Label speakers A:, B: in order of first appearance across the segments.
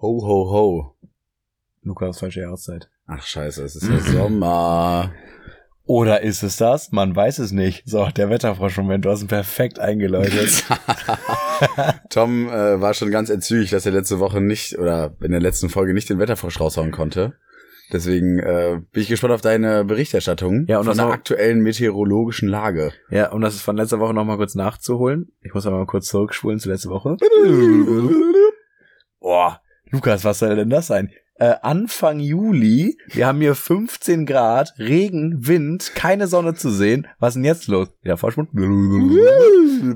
A: Ho, ho, ho.
B: Lukas, falsche Jahreszeit.
A: Ach scheiße, es ist ja Sommer.
B: Oder ist es das? Man weiß es nicht. So, der Wetterfrosch-Moment, du hast ihn perfekt eingeläutet.
A: Tom äh, war schon ganz entzügig, dass er letzte Woche nicht oder in der letzten Folge nicht den Wetterfrosch raushauen konnte. Deswegen äh, bin ich gespannt auf deine Berichterstattung
B: Ja, und
A: von
B: das
A: der
B: auch-
A: aktuellen meteorologischen Lage.
B: ja, um das von letzter Woche nochmal kurz nachzuholen. Ich muss aber mal kurz zurückspulen zu letzter Woche. Boah, Lukas, was soll denn das sein? Äh, Anfang Juli, wir haben hier 15 Grad, Regen, Wind, keine Sonne zu sehen. Was ist denn jetzt los? Ja, Vorsprung.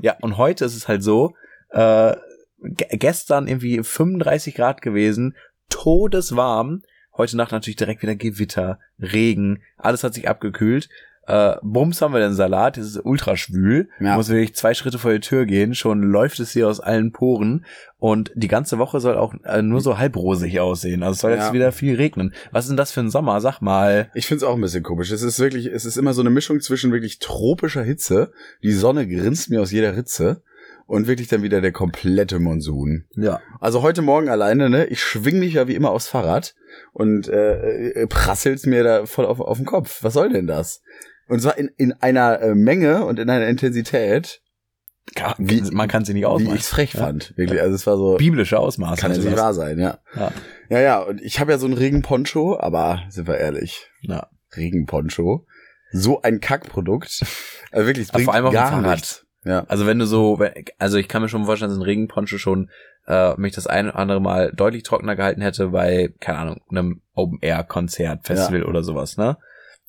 B: Ja, und heute ist es halt so, äh, ge- gestern irgendwie 35 Grad gewesen, todeswarm. Heute Nacht natürlich direkt wieder Gewitter, Regen, alles hat sich abgekühlt. Äh, Bums haben wir den Salat, es ist ultra schwül.
A: Ja.
B: Muss wirklich zwei Schritte vor die Tür gehen, schon läuft es hier aus allen Poren. Und die ganze Woche soll auch äh, nur so halbrosig aussehen. Also es soll
A: Ja.
B: jetzt wieder viel regnen. Was ist denn das für ein Sommer? Sag mal.
A: Ich find's auch ein bisschen komisch. Es ist wirklich, es ist immer so eine Mischung zwischen wirklich tropischer Hitze, die Sonne grinst mir aus jeder Ritze und wirklich dann wieder der komplette Monsun.
B: Ja.
A: Also heute Morgen alleine, ne? Ich schwing mich ja wie immer aufs Fahrrad und äh, äh, prasselt's mir da voll auf, auf den Kopf. Was soll denn das? Und zwar in, in einer äh, Menge und in einer Intensität, Wie-
B: man kann sie nicht
A: wie
B: ausmalen.
A: ich's frech
B: Ja.
A: fand. Wirklich, also es war so,
B: Biblische Ausmaße.
A: kann ja
B: nennt
A: nicht
B: das.
A: wahr sein, ja.
B: Ja.
A: Ja, ja, und ich habe ja so einen Regenponcho, aber sind wir ehrlich,
B: ja.
A: Regenponcho, so ein Kackprodukt. Also wirklich, es
B: Aber
A: bringt
B: vor allem auf dem
A: gar
B: Fahrrad.
A: nichts. Ja.
B: Also wenn du so, wenn- also ich kann mir schon vorstellen, dass ein Regenponcho schon äh, mich das ein oder andere Mal deutlich trockener gehalten hätte bei, keine Ahnung, einem Open-Air-Konzert, Festival oder sowas, ne?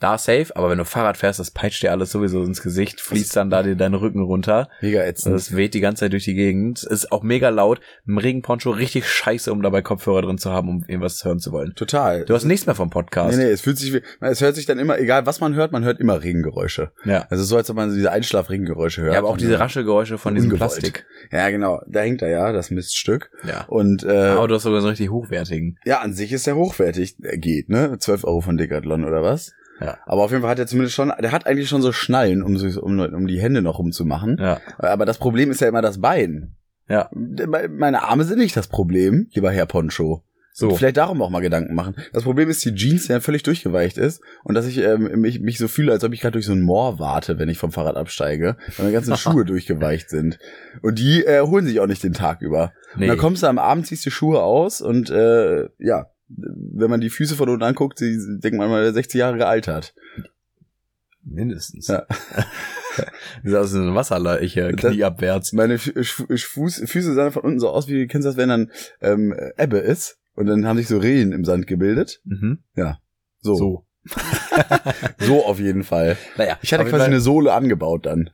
B: Da safe, aber wenn du Fahrrad fährst, das peitscht dir alles sowieso ins Gesicht, fließt dann da dir deinen Rücken runter.
A: Mega
B: Also
A: ätzend.
B: das weht die ganze Zeit durch die Gegend. Ist auch mega laut. Im Regenponcho richtig scheiße, um dabei Kopfhörer drin zu haben, um irgendwas hören zu wollen.
A: Total.
B: Du hast nichts mehr vom Podcast.
A: Nee, nee, es fühlt sich wie, es hört sich dann immer, egal was man hört, man hört immer Regengeräusche.
B: Ja.
A: Also so, als ob man so diese Einschlafregengeräusche hört.
B: ja, aber auch
A: Und
B: diese
A: dann-
B: Raschelgeräusche von diesem
A: Ungewollt.
B: Plastik.
A: Ja, genau. Da hängt er ja, das Miststück.
B: Ja.
A: Und äh,
B: Aber du hast sogar so einen richtig hochwertigen.
A: ja, an sich ist er hochwertig. Er geht, ne? 12 Euro von Decathlon oder was?
B: Ja.
A: Aber auf jeden Fall hat er zumindest schon, der hat eigentlich schon so Schnallen, um, sich- um, um die Hände noch rumzumachen.
B: Ja.
A: Aber das Problem ist ja immer das Bein.
B: Ja.
A: Me- Meine Arme sind nicht das Problem, lieber Herr Poncho.
B: So.
A: Vielleicht darum auch mal Gedanken machen. Das Problem ist die Jeans, die dann völlig durchgeweicht ist und dass ich ähm, mich, mich so fühle, als ob ich gerade durch so ein Moor warte, wenn ich vom Fahrrad absteige, weil meine ganzen Schuhe durchgeweicht sind. Und die äh, holen sich auch nicht den Tag über. Und
B: Nee.
A: dann kommst du am Abend, ziehst die Schuhe aus und äh, ja, wenn man die Füße von unten anguckt, sie denkt man mal, der 60 Jahre gealtert.
B: Mindestens.
A: Ja.
B: das ist ein Wasserleiche,
A: Das-
B: knieabwärts.
A: Meine Fü- Sch- Sch- Fuß, Füße sahen von unten so aus, wie kennst du das, wenn dann ähm, Ebbe ist und dann haben sich so Rehen im Sand gebildet.
B: Mhm.
A: So, so, auf jeden Fall.
B: Naja,
A: Ich hatte
B: auf jeden
A: quasi
B: Fall
A: eine Sohle angebaut dann.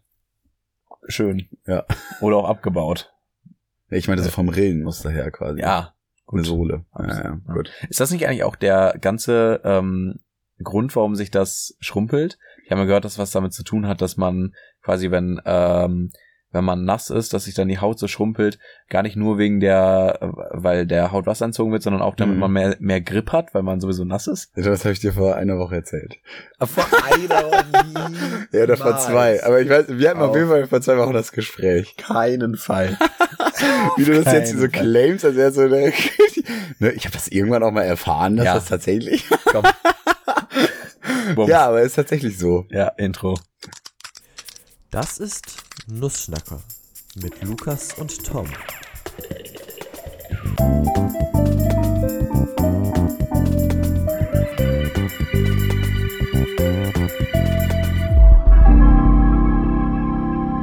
B: schön.
A: Ja.
B: Oder auch abgebaut.
A: Ja, Ich meine, so vom Rillenmuster her quasi.
B: Ja.
A: Eine Sohle. Ja, ja,
B: Absolut.
A: gut.
B: Ist das nicht eigentlich auch der ganze ähm, Grund, warum sich das schrumpelt? Ich habe mal gehört, dass was damit zu tun hat, dass man quasi, wenn ähm, wenn man nass ist, dass sich dann die Haut so schrumpelt, gar nicht nur wegen der, äh, weil der Haut Wasser entzogen wird, sondern auch damit
A: Mhm.
B: man mehr, mehr Grip hat, weil man sowieso nass ist.
A: Das habe ich dir vor einer Woche erzählt.
B: Vor einer
A: Ja, oder vor zwei. Aber ich weiß, wir hatten auf
B: Auf
A: jeden Fall vor zwei Wochen das Gespräch.
B: keinen Fall.
A: Wie du das
B: keinen
A: jetzt hier so
B: Fall.
A: claimst, als wäre so der, ne, ich habe das irgendwann auch mal erfahren, dass
B: Ja.
A: das tatsächlich.
B: Komm. Bums.
A: Ja, aber ist tatsächlich so.
B: ja, Intro.
C: Das ist Nussschnacker mit Lukas und Tom.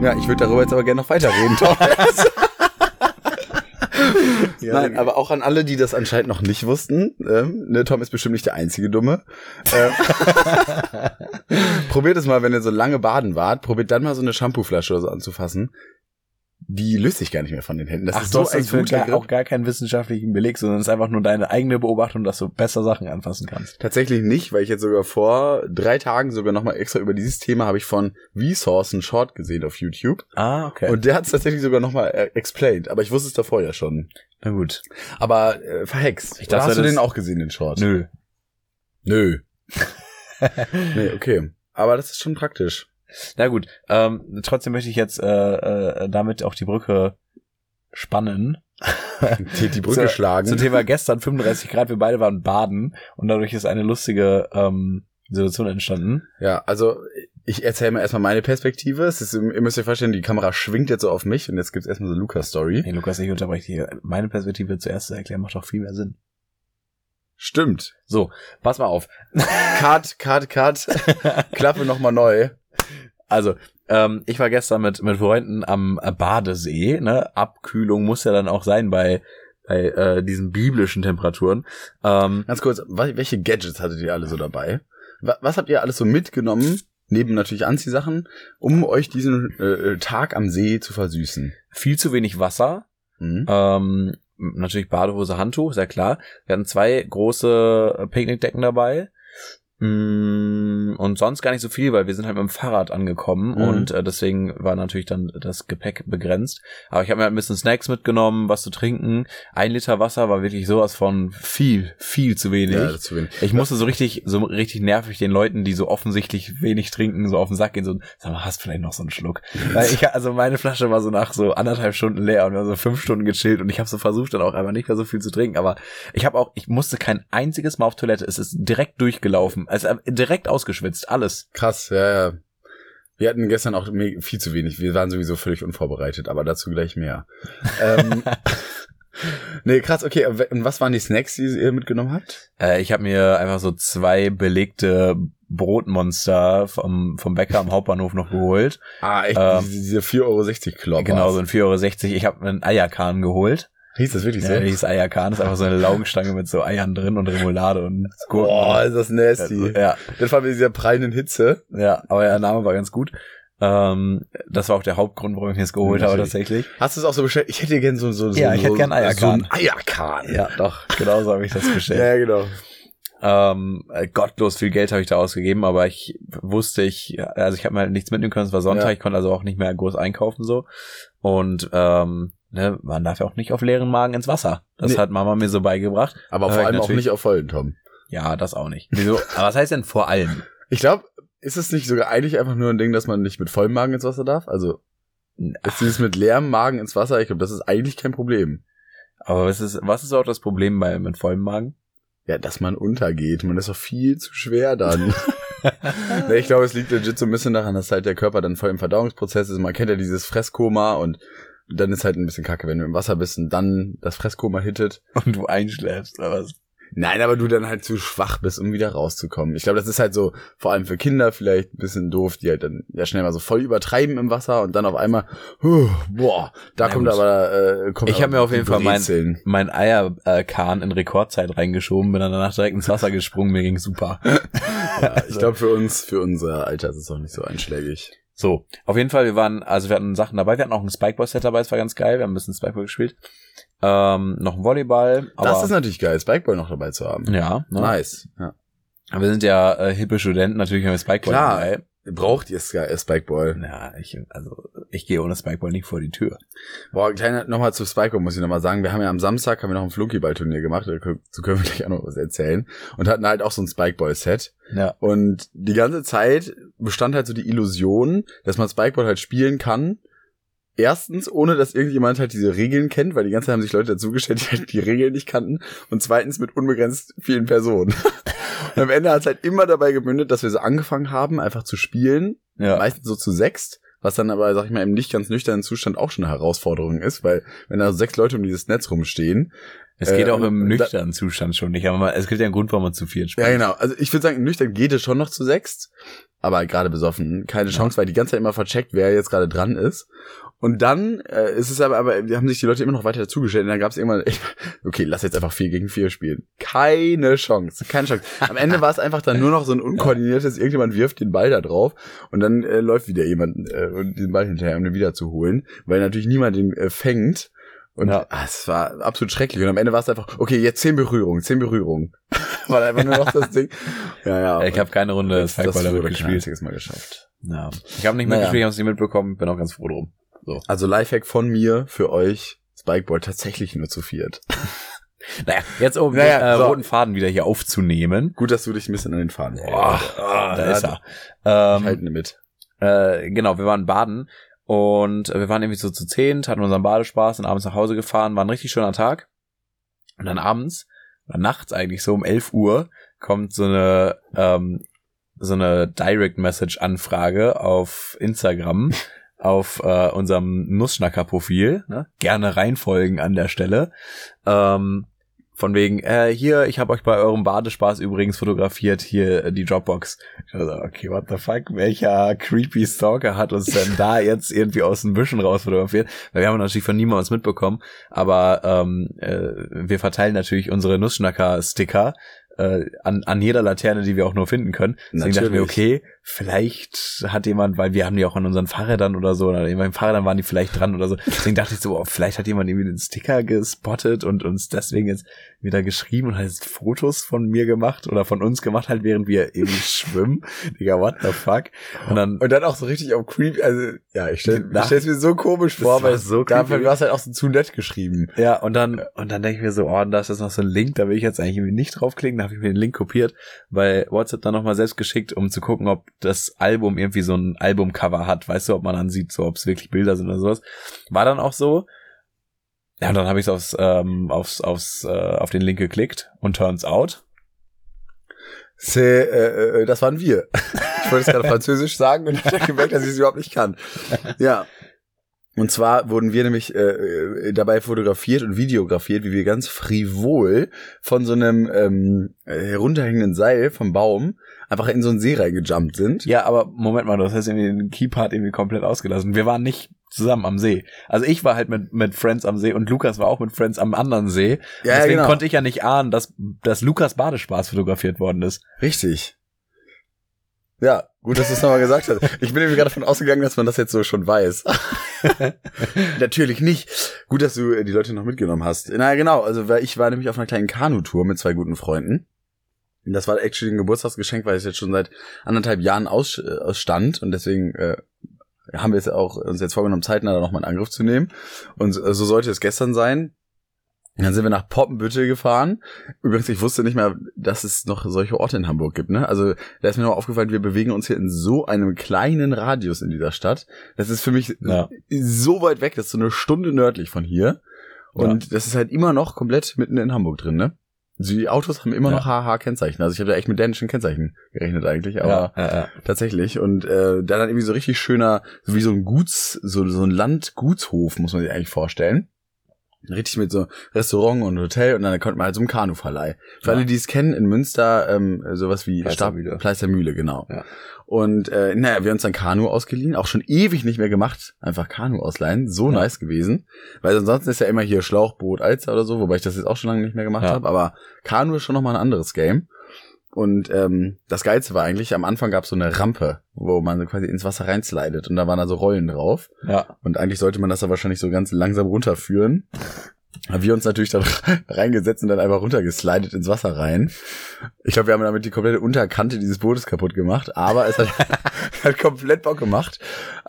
A: Ja, ich würde darüber jetzt aber gerne noch weiterreden, Tom. Nein, aber auch an alle, die das anscheinend noch nicht wussten. Ähm, ne, Tom ist bestimmt nicht der einzige Dumme. Ähm, probiert es mal, wenn ihr so lange baden wart, probiert dann mal so eine Shampooflasche oder so anzufassen. Die löst sich gar nicht mehr von den Händen. Das
B: Ach,
A: ist
B: du
A: so
B: hast
A: ein
B: das für
A: guter
B: gar, auch
A: Grip.
B: gar keinen wissenschaftlichen Beleg, sondern es ist einfach nur deine eigene Beobachtung, dass du besser Sachen anfassen kannst.
A: Tatsächlich nicht, weil ich jetzt sogar vor drei Tagen sogar nochmal extra über dieses Thema habe ich von Vsauce einen Short gesehen auf YouTube.
B: Ah, okay.
A: Und der hat es tatsächlich sogar nochmal äh, explained. Aber ich wusste es davor ja schon.
B: na gut.
A: Aber äh, verhext.
B: Ich
A: Oder
B: dachte,
A: hast du
B: das-
A: den auch gesehen, den Short?
B: Nö.
A: Nö. nee, okay. Aber das ist schon praktisch.
B: Na gut. Ähm, trotzdem möchte ich jetzt äh, äh, damit auch die Brücke spannen
A: Die, die Brücke
B: Zu-
A: schlagen.
B: Zum Thema gestern 35 Grad, wir beide waren baden und dadurch ist eine lustige ähm, Situation entstanden.
A: Ja, also ich erzähle mal erstmal meine Perspektive. Es ist, ihr müsst euch vorstellen, die Kamera schwingt jetzt so auf mich und jetzt gibt's erstmal so Lukas-Story.
B: Nee, Lukas, ich unterbreche dich. Meine Perspektive zuerst zu erklären, macht doch viel mehr Sinn.
A: Stimmt.
B: Pass mal auf.
A: Cut, cut, cut. Klappe nochmal neu.
B: Also, ähm, ich war gestern mit, mit Freunden am äh, Badesee, ne? Abkühlung muss ja dann auch sein bei, bei äh, diesen biblischen Temperaturen. Ähm,
A: Ganz kurz, wa- welche Gadgets hattet ihr alle so dabei? Wa- Was habt ihr alles so mitgenommen, neben natürlich Anziehsachen, um euch diesen äh, äh, Tag am See zu versüßen?
B: viel zu wenig Wasser,
A: Hm?
B: Ähm, natürlich Badehose, Handtuch, sehr klar. Wir hatten zwei große äh, Picknickdecken dabei. Mm, Und sonst gar nicht so viel, weil wir sind halt mit dem Fahrrad angekommen
A: Mhm.
B: und äh, deswegen war natürlich dann das Gepäck begrenzt. Aber ich habe mir halt ein bisschen Snacks mitgenommen, was zu trinken. Ein Liter Wasser war wirklich sowas von viel, viel zu wenig.
A: Ja, das ist zu wenig.
B: Ich musste so richtig, so richtig nervig den Leuten, die so offensichtlich wenig trinken, so auf den Sack gehen, so, sag mal, hast du vielleicht noch so einen Schluck? Weil ich, also meine Flasche war so nach so anderthalb Stunden leer und wir haben so fünf Stunden gechillt und ich habe so versucht, dann auch einfach nicht mehr so viel zu trinken, aber ich habe auch, ich musste kein einziges Mal auf Toilette, es ist direkt durchgelaufen, es ist direkt ausgeschwitzt, alles.
A: Krass, ja, ja. Wir hatten gestern auch me- viel zu wenig. Wir waren sowieso völlig unvorbereitet, aber dazu gleich mehr. ähm, nee, krass, okay. aber we- Und was waren die Snacks, die ihr mitgenommen habt?
B: Äh, ich habe mir einfach so zwei belegte Brotmonster vom, vom Bäcker am Hauptbahnhof noch geholt.
A: Ah, echt,
B: Ähm,
A: diese, diese 4,60 Euro Klopper.
B: Genau, so ein 4,60 Euro. Ich habe einen Eierkahn geholt.
A: Hieß das wirklich so?
B: Ja, dieses Eierkahn ist einfach so eine Laugenstange mit so Eiern drin und Remoulade und Gurken.
A: Boah, ist das nasty.
B: ja,
A: Dann fahren wir in dieser prallenden Hitze.
B: ja, aber der Name war ganz gut. Ähm, das war auch der Hauptgrund, warum ich mir das geholt habe tatsächlich.
A: Hast du es auch so bestellt? Ich hätte gern so, so, so,
B: Ja, ich
A: so,
B: hätte gern Eierkahn.
A: so ein Eierkahn.
B: Ja, doch, genauso habe ich das bestellt.
A: ja, genau.
B: Ähm, äh, gottlos viel Geld habe ich da ausgegeben, aber ich wusste, ich, also ich habe mal nichts mitnehmen können, es war Sonntag,
A: Ja.
B: ich konnte also auch nicht mehr groß einkaufen so. Und ähm, ne, man darf ja auch nicht auf leeren Magen ins Wasser. Das
A: Nee.
B: hat Mama mir so beigebracht.
A: Aber
B: Ja,
A: vor allem auch
B: natürlich.
A: nicht auf vollen, Tom.
B: Ja, das auch nicht. Wieso? Aber was heißt denn vor allem?
A: Ich glaube, ist es nicht sogar eigentlich einfach nur ein Ding, dass man nicht mit vollem Magen ins Wasser darf? Also, ist dieses mit leerem Magen ins Wasser, ich glaube, das ist eigentlich kein Problem.
B: Aber was ist, was ist auch das Problem bei mit vollem Magen?
A: Ja, dass man untergeht. Man ist doch viel zu schwer dann. nee, ich glaube, es liegt legit so ein bisschen daran, dass halt der Körper dann voll im Verdauungsprozess ist. Man kennt ja dieses Fresskoma und dann ist halt ein bisschen kacke, wenn du im Wasser bist und dann das Fresskoma hittet.
B: Und du einschläfst, oder was?
A: Nein, aber du dann halt zu schwach bist, um wieder rauszukommen. Ich glaube, das ist halt so, vor allem für Kinder vielleicht ein bisschen doof, die halt dann ja schnell mal so voll übertreiben im Wasser und dann auf einmal, huh, boah, da
B: Na
A: kommt
B: gut.
A: aber, äh, kommt
B: Ich
A: aber
B: hab mir auf jeden
A: die
B: Fall mein-
A: Brezeln.
B: Mein Eierkahn in Rekordzeit reingeschoben, bin dann danach direkt ins Wasser gesprungen, mir ging super.
A: Ja,
B: also
A: ich glaube, für uns, für unser Alter ist es auch nicht so einschlägig.
B: So, auf jeden Fall, wir waren, also wir hatten Sachen dabei, wir hatten auch ein Spikeball-Set dabei, es war ganz geil, wir haben ein bisschen Spikeball gespielt. Ähm, noch ein Volleyball, aber
A: das ist natürlich geil, Spikeball noch dabei zu haben.
B: ja, ne?
A: Nice. Ja.
B: wir sind ja äh, hippe Studenten, natürlich haben wir Spikeball
A: Klar.
B: dabei.
A: Braucht ihr Sky- äh, Spikeball?
B: Ja, ich, also ich gehe ohne Spikeball nicht vor die Tür.
A: Boah, kleiner, nochmal zu Spikeball muss ich nochmal sagen. Wir haben ja am Samstag haben wir noch ein Flunkyball-Turnier gemacht, dazu können wir gleich auch noch was erzählen. Und hatten halt auch so ein Spikeball-Set.
B: Ja,
A: Und die ganze Zeit bestand halt so die Illusion, dass man Spikeball halt spielen kann. Erstens, ohne dass irgendjemand halt diese Regeln kennt, weil die ganze Zeit haben sich Leute dazugestellt, die halt die Regeln nicht kannten. Und zweitens mit unbegrenzt vielen Personen. Und am Ende hat es halt immer dabei gemündet, dass wir so angefangen haben, einfach zu spielen.
B: ja.
A: Meistens so zu sechst. Was dann aber, sag ich mal, im nicht ganz nüchternen Zustand auch schon eine Herausforderung ist, weil wenn da so sechs Leute um dieses Netz rumstehen.
B: Es geht
A: Äh,
B: auch im
A: und da-
B: nüchternen Zustand schon nicht, aber man- es gibt ja einen Grund, warum man zu viert spielt.
A: Ja, genau. Also ich würde sagen, nüchtern geht es schon noch zu sechst, aber gerade besoffen, keine Chance, weil die ganze Zeit immer vercheckt, wer jetzt gerade dran ist. Und dann äh, ist es aber, aber die haben sich die Leute immer noch weiter dazugestellt und dann gab es irgendwann, echt, okay, lass jetzt einfach vier gegen vier spielen. Keine Chance, keine Chance. Am Ende war es einfach dann nur noch so ein unkoordiniertes, irgendjemand wirft den Ball da drauf und dann äh, läuft wieder jemand äh, und den Ball hinterher, um den wieder zu holen, weil natürlich niemand den äh, fängt. Und
B: Ja.
A: ah, es war absolut schrecklich. Und am Ende war es einfach, okay, jetzt zehn Berührungen, zehn Berührungen. war einfach nur noch das Ding. Ja, ja.
B: Ich habe keine Runde
A: das, das
B: Spikeball damit
A: wurde kein
B: gespielt.
A: einziges Mal geschafft.
B: Ja. Ich habe nicht mehr
A: Naja.
B: gespielt, ich habe es nicht mitbekommen, bin auch ganz froh drum.
A: Also Lifehack von mir für euch. Spikeball tatsächlich nur zu viert.
B: Naja, jetzt um
A: Naja,
B: den äh,
A: so.
B: roten Faden wieder hier aufzunehmen.
A: Gut, dass du dich ein bisschen an den Faden
B: Boah,
A: hältst. Ah,
B: da ist
A: ja, halt
B: er. Ähm,
A: Halten mit.
B: äh, genau, wir waren baden Und äh, wir waren irgendwie so zu zehn, hatten unseren Badespaß, sind abends nach Hause gefahren, war ein richtig schöner Tag. Und dann abends, oder nachts eigentlich so um 11 Uhr, kommt so eine, ähm, so eine Direct-Message-Anfrage auf Instagram, auf äh, unserem Nussschnacker-Profil. Ne? Gerne reinfolgen an der Stelle. Ähm, von wegen, äh, hier, ich habe euch bei eurem Badespaß übrigens fotografiert, hier äh, die Dropbox. Ich war so, okay, what the fuck, welcher creepy Stalker hat uns denn da jetzt irgendwie aus den Büschen raus fotografiert? Weil wir haben natürlich von niemandem was mitbekommen, aber ähm, äh, wir verteilen natürlich unsere Nussschnacker-Sticker äh, an, an jeder Laterne, die wir auch nur finden können. Deswegen dachten wir,
D: Natürlich.
B: okay, vielleicht hat jemand, weil wir haben die auch an unseren Fahrrädern oder so, oder an meinen Fahrrädern waren die vielleicht dran oder so. Deswegen dachte ich so, oh, vielleicht hat jemand irgendwie den Sticker gespottet und uns deswegen jetzt wieder geschrieben und halt Fotos von mir gemacht oder von uns gemacht, halt während wir irgendwie schwimmen. Digga, what the fuck? Und dann
A: Und dann auch so richtig auf creepy, also ja, ich stell,
B: Na.
A: ich stell's mir so komisch vor,
B: war
A: weil
B: so
A: so dafür
B: creepy.
A: war es halt auch so zu nett geschrieben.
B: Ja, und dann, und dann denke ich mir so, oh, da ist jetzt noch so ein Link, da will ich jetzt eigentlich irgendwie nicht draufklicken, da habe ich mir den Link kopiert, weil WhatsApp dann nochmal selbst geschickt, um zu gucken, ob das Album irgendwie so ein Albumcover hat, weißt du, ob man dann sieht, so, ob es wirklich Bilder sind oder sowas. War dann auch so. Ja, und dann habe ich aufs, ähm, aufs, aufs, äh, auf den Link geklickt und turns out.
A: C'est, äh, äh, das waren wir. Ich wollte es gerade Französisch sagen und ich habe gemerkt, dass ich es überhaupt nicht kann. Ja. Und zwar wurden wir nämlich äh, äh, dabei fotografiert und videografiert, wie wir ganz frivol von so einem ähm, äh, herunterhängenden Seil vom Baum einfach in so einen See reingejumpt sind.
B: Ja, aber Moment mal, du hast jetzt irgendwie den Keypart irgendwie komplett ausgelassen. Wir waren nicht zusammen am See. Also ich war halt mit, mit Friends am See und Lukas war auch mit Friends am anderen See.
A: Ja,
B: Deswegen
A: genau.
B: konnte ich ja nicht ahnen, dass, dass Lukas Badespaß fotografiert worden ist.
A: Richtig. Ja, gut, dass du es nochmal gesagt hast. Ich bin nämlich gerade davon ausgegangen, dass man das jetzt so schon weiß. Natürlich nicht. Gut, dass du äh, die Leute noch mitgenommen hast. Na genau, also weil ich war nämlich auf einer kleinen Kanutour mit zwei guten Freunden. Das war actually ein Geburtstagsgeschenk, weil es jetzt schon seit anderthalb Jahren aus, äh, ausstand und deswegen äh, haben wir jetzt auch uns jetzt vorgenommen, zeitnah da nochmal einen Angriff zu nehmen. Und äh, so sollte es gestern sein. Und Dann sind wir nach Poppenbüttel gefahren. Übrigens, ich wusste nicht mehr, dass es noch solche Orte in Hamburg gibt. Ne? Also da ist mir noch aufgefallen, wir bewegen uns hier in so einem kleinen Radius in dieser Stadt. Das ist für mich
B: Ja.
A: so weit weg, das ist so eine Stunde nördlich von hier. Und das ist halt immer noch komplett mitten in Hamburg drin, ne? Also Die Autos haben immer
B: Ja.
A: noch HH-Kennzeichen. Also ich habe da echt mit dänischen Kennzeichen gerechnet eigentlich, aber
B: Ja, ja, ja.
A: tatsächlich. Und äh, da dann irgendwie so richtig schöner, so wie so ein Guts, so, so ein Landgutshof, muss man sich eigentlich vorstellen. Richtig mit so Restaurant und Hotel und dann konnte man halt so einen Kanuverleih. Für
B: Ja.
A: alle, die es kennen, in Münster ähm, sowas wie
B: Pleistermühle.
A: Stab- Pleistermühle, genau.
B: Ja.
A: Und äh, naja, wir haben uns dann Kanu ausgeliehen, auch schon ewig nicht mehr gemacht. Einfach Kanu ausleihen, so
B: Ja.
A: nice gewesen. Weil ansonsten ist ja immer hier Schlauchboot, Alster oder so, wobei ich das jetzt auch schon lange nicht mehr gemacht
B: Ja.
A: habe. Aber Kanu ist schon nochmal ein anderes Game. Und ähm, das Geilste war eigentlich, am Anfang gab es so eine Rampe, wo man so quasi ins Wasser reinslidet und da waren da so Rollen drauf.
B: ja.
A: Und eigentlich sollte man das da wahrscheinlich so ganz langsam runterführen. Haben wir uns natürlich dann reingesetzt und dann einfach runtergeslidet ins Wasser rein. Ich glaube, wir haben damit die komplette Unterkante dieses Bootes kaputt gemacht, aber es hat, hat komplett Bock gemacht.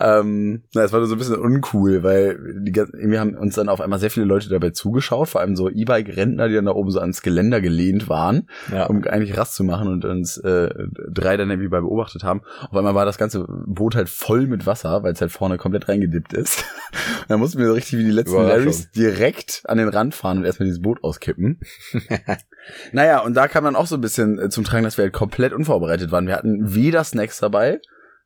A: Ähm, na, es war nur so ein bisschen uncool, weil die, gan- irgendwie haben uns dann auf einmal sehr viele Leute dabei zugeschaut, vor allem so E-Bike-Rentner, die dann da oben so ans Geländer gelehnt waren
B: ja.
A: um eigentlich Rast zu machen und uns äh, drei dann irgendwie bei beobachtet haben. Auf einmal war das ganze Boot halt voll mit Wasser, weil es halt vorne komplett reingedippt ist. Und dann mussten wir so richtig wie die letzten
B: Überraschung.
A: Larrys direkt an den Rand fahren und erstmal dieses Boot auskippen. naja, und da kam dann auch so ein bisschen äh, zum Tragen, dass wir halt komplett unvorbereitet waren. Wir hatten weder Snacks dabei,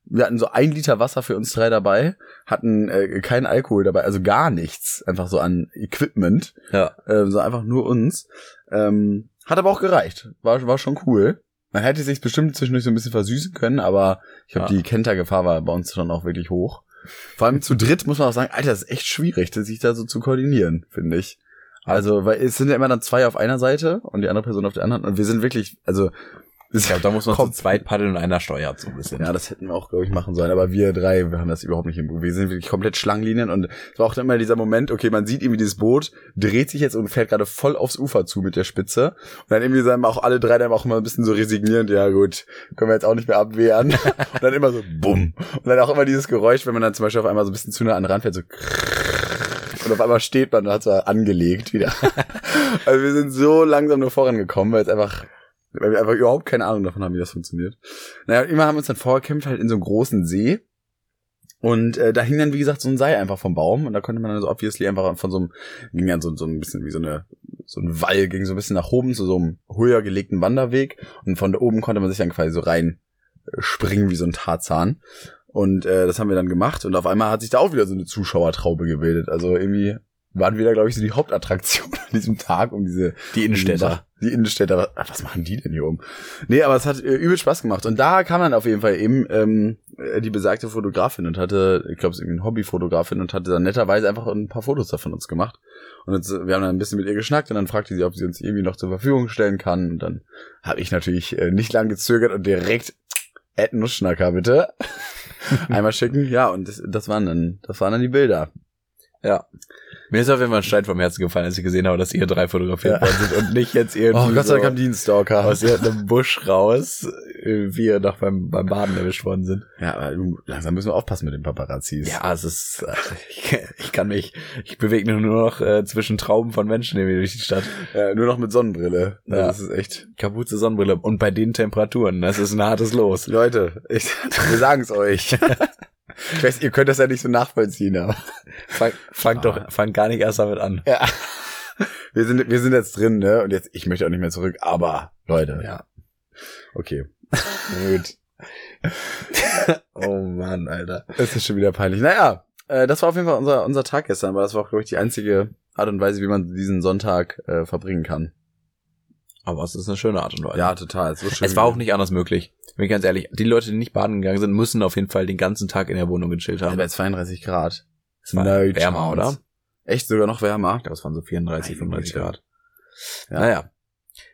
A: wir hatten so ein Liter Wasser für uns drei dabei, hatten äh, keinen Alkohol dabei, also gar nichts, einfach so an Equipment
B: ja.
A: ähm, so einfach nur uns. Ähm, hat aber auch gereicht. War, war schon cool. Man hätte sich bestimmt zwischendurch so ein bisschen versüßen können, aber ich glaube,
B: Ja.
A: die Kentergefahr war bei uns schon auch wirklich hoch. Vor allem zu dritt muss man auch sagen, Alter, das ist echt schwierig, das sich da so zu koordinieren, finde ich. Also, weil es sind ja immer dann zwei auf einer Seite und die andere Person auf der anderen. Und wir sind wirklich, also
B: Ich glaube, da muss man
A: Komm.
B: zu zweit paddeln und einer steuert so ein bisschen.
A: ja, das hätten wir auch, glaube ich, machen sollen. Aber wir drei, wir haben das überhaupt nicht im Boot. Wir sind wirklich komplett Schlangenlinien und es war auch dann immer dieser Moment, okay, man sieht irgendwie dieses Boot, dreht sich jetzt und fährt gerade voll aufs Ufer zu mit der Spitze. Und dann irgendwie sagen auch alle drei dann auch immer ein bisschen so resignierend, ja gut, können wir jetzt auch nicht mehr abwehren. und dann immer so bumm. Und dann auch immer dieses Geräusch, wenn man dann zum Beispiel auf einmal so ein bisschen zu nah an den Rand fährt, so und auf einmal steht man und hat zwar angelegt wieder. also wir sind so langsam nur vorangekommen, weil es einfach, weil wir einfach überhaupt keine Ahnung davon haben, wie das funktioniert. Naja, immer haben wir uns dann vorgekämpft, halt in so einem großen See. Und äh, da hing dann, wie gesagt, so ein Seil einfach vom Baum und da konnte man dann so obviously einfach von so einem, ging dann so, so ein bisschen wie so eine, so ein Wall, ging so ein bisschen nach oben zu so einem höher gelegten Wanderweg und von da oben konnte man sich dann quasi so rein äh, springen wie so ein Tarzan. Und äh, das haben wir dann gemacht und auf einmal hat sich da auch wieder so eine Zuschauertraube gebildet. Also irgendwie waren wieder, glaube ich, so die Hauptattraktion an diesem Tag um diese
B: Die Innenstädter.
A: die Innenstädter, was, was machen die denn hier oben? Nee, aber es hat äh, übel Spaß gemacht. Und da kam dann auf jeden Fall eben ähm, äh, die besagte Fotografin und hatte, ich glaube, es ist irgendwie eine Hobbyfotografin und hatte dann netterweise einfach ein paar Fotos davon uns gemacht. Und jetzt, äh, wir haben dann ein bisschen mit ihr geschnackt und dann fragte sie, ob sie uns irgendwie noch zur Verfügung stellen kann. Und dann habe ich natürlich äh, nicht lang gezögert und direkt Ed Nussschnacker, bitte. Einmal schicken. Ja, und das, das waren dann, das waren dann die Bilder.
B: Mir ist auf jeden Fall ein Stein vom Herzen gefallen, als ich gesehen habe, dass ihr drei fotografiert worden sind und nicht jetzt irgendwie
A: Oh, Gott sei Dank
B: so
A: kam die ein Stalker.
B: aus irgendeinem Busch raus, äh, wie ihr noch beim, beim Baden erwischt worden sind.
A: Ja, aber du, langsam müssen wir aufpassen mit den Paparazzis.
B: Ja, es ist, äh, ich, ich kann mich, ich bewege mich nur noch äh, zwischen Trauben von Menschen irgendwie durch die Stadt.
A: Äh, nur noch mit Sonnenbrille. Also
B: Ja.
A: Das ist echt.
B: Kapuze, Sonnenbrille und bei den Temperaturen, das ist ein hartes Los.
A: Leute, ich, wir sagen es euch. ich weiß, ihr könnt das ja nicht so nachvollziehen, aber
B: Fang, fang doch, fang gar nicht erst damit an.
A: ja. wir, sind, wir sind jetzt drin, ne? Und jetzt, ich möchte auch nicht mehr zurück, aber Leute.
B: Ja.
A: Okay. Gut.
B: Oh Mann, Alter.
A: Es ist schon wieder peinlich. Naja, äh, das war auf jeden Fall unser, unser Tag gestern, aber das war auch, glaube ich, die einzige Art und Weise, wie man diesen Sonntag äh, verbringen kann.
B: Aber es ist eine schöne Art und Weise.
A: Ja, total. Es, wird schon
B: Es war auch
A: wieder-
B: nicht anders möglich. Bin ich ganz ehrlich. Die Leute, die nicht baden gegangen sind, müssen auf jeden Fall den ganzen Tag in der Wohnung gechillt
A: Ja,
B: haben.
A: bei 32 Grad.
B: Es war
A: No
B: wärmer,
A: chance.
B: oder?
A: Echt sogar noch wärmer.
B: Ich glaube, es waren so 34, 35
A: Meine
B: Grad. Naja.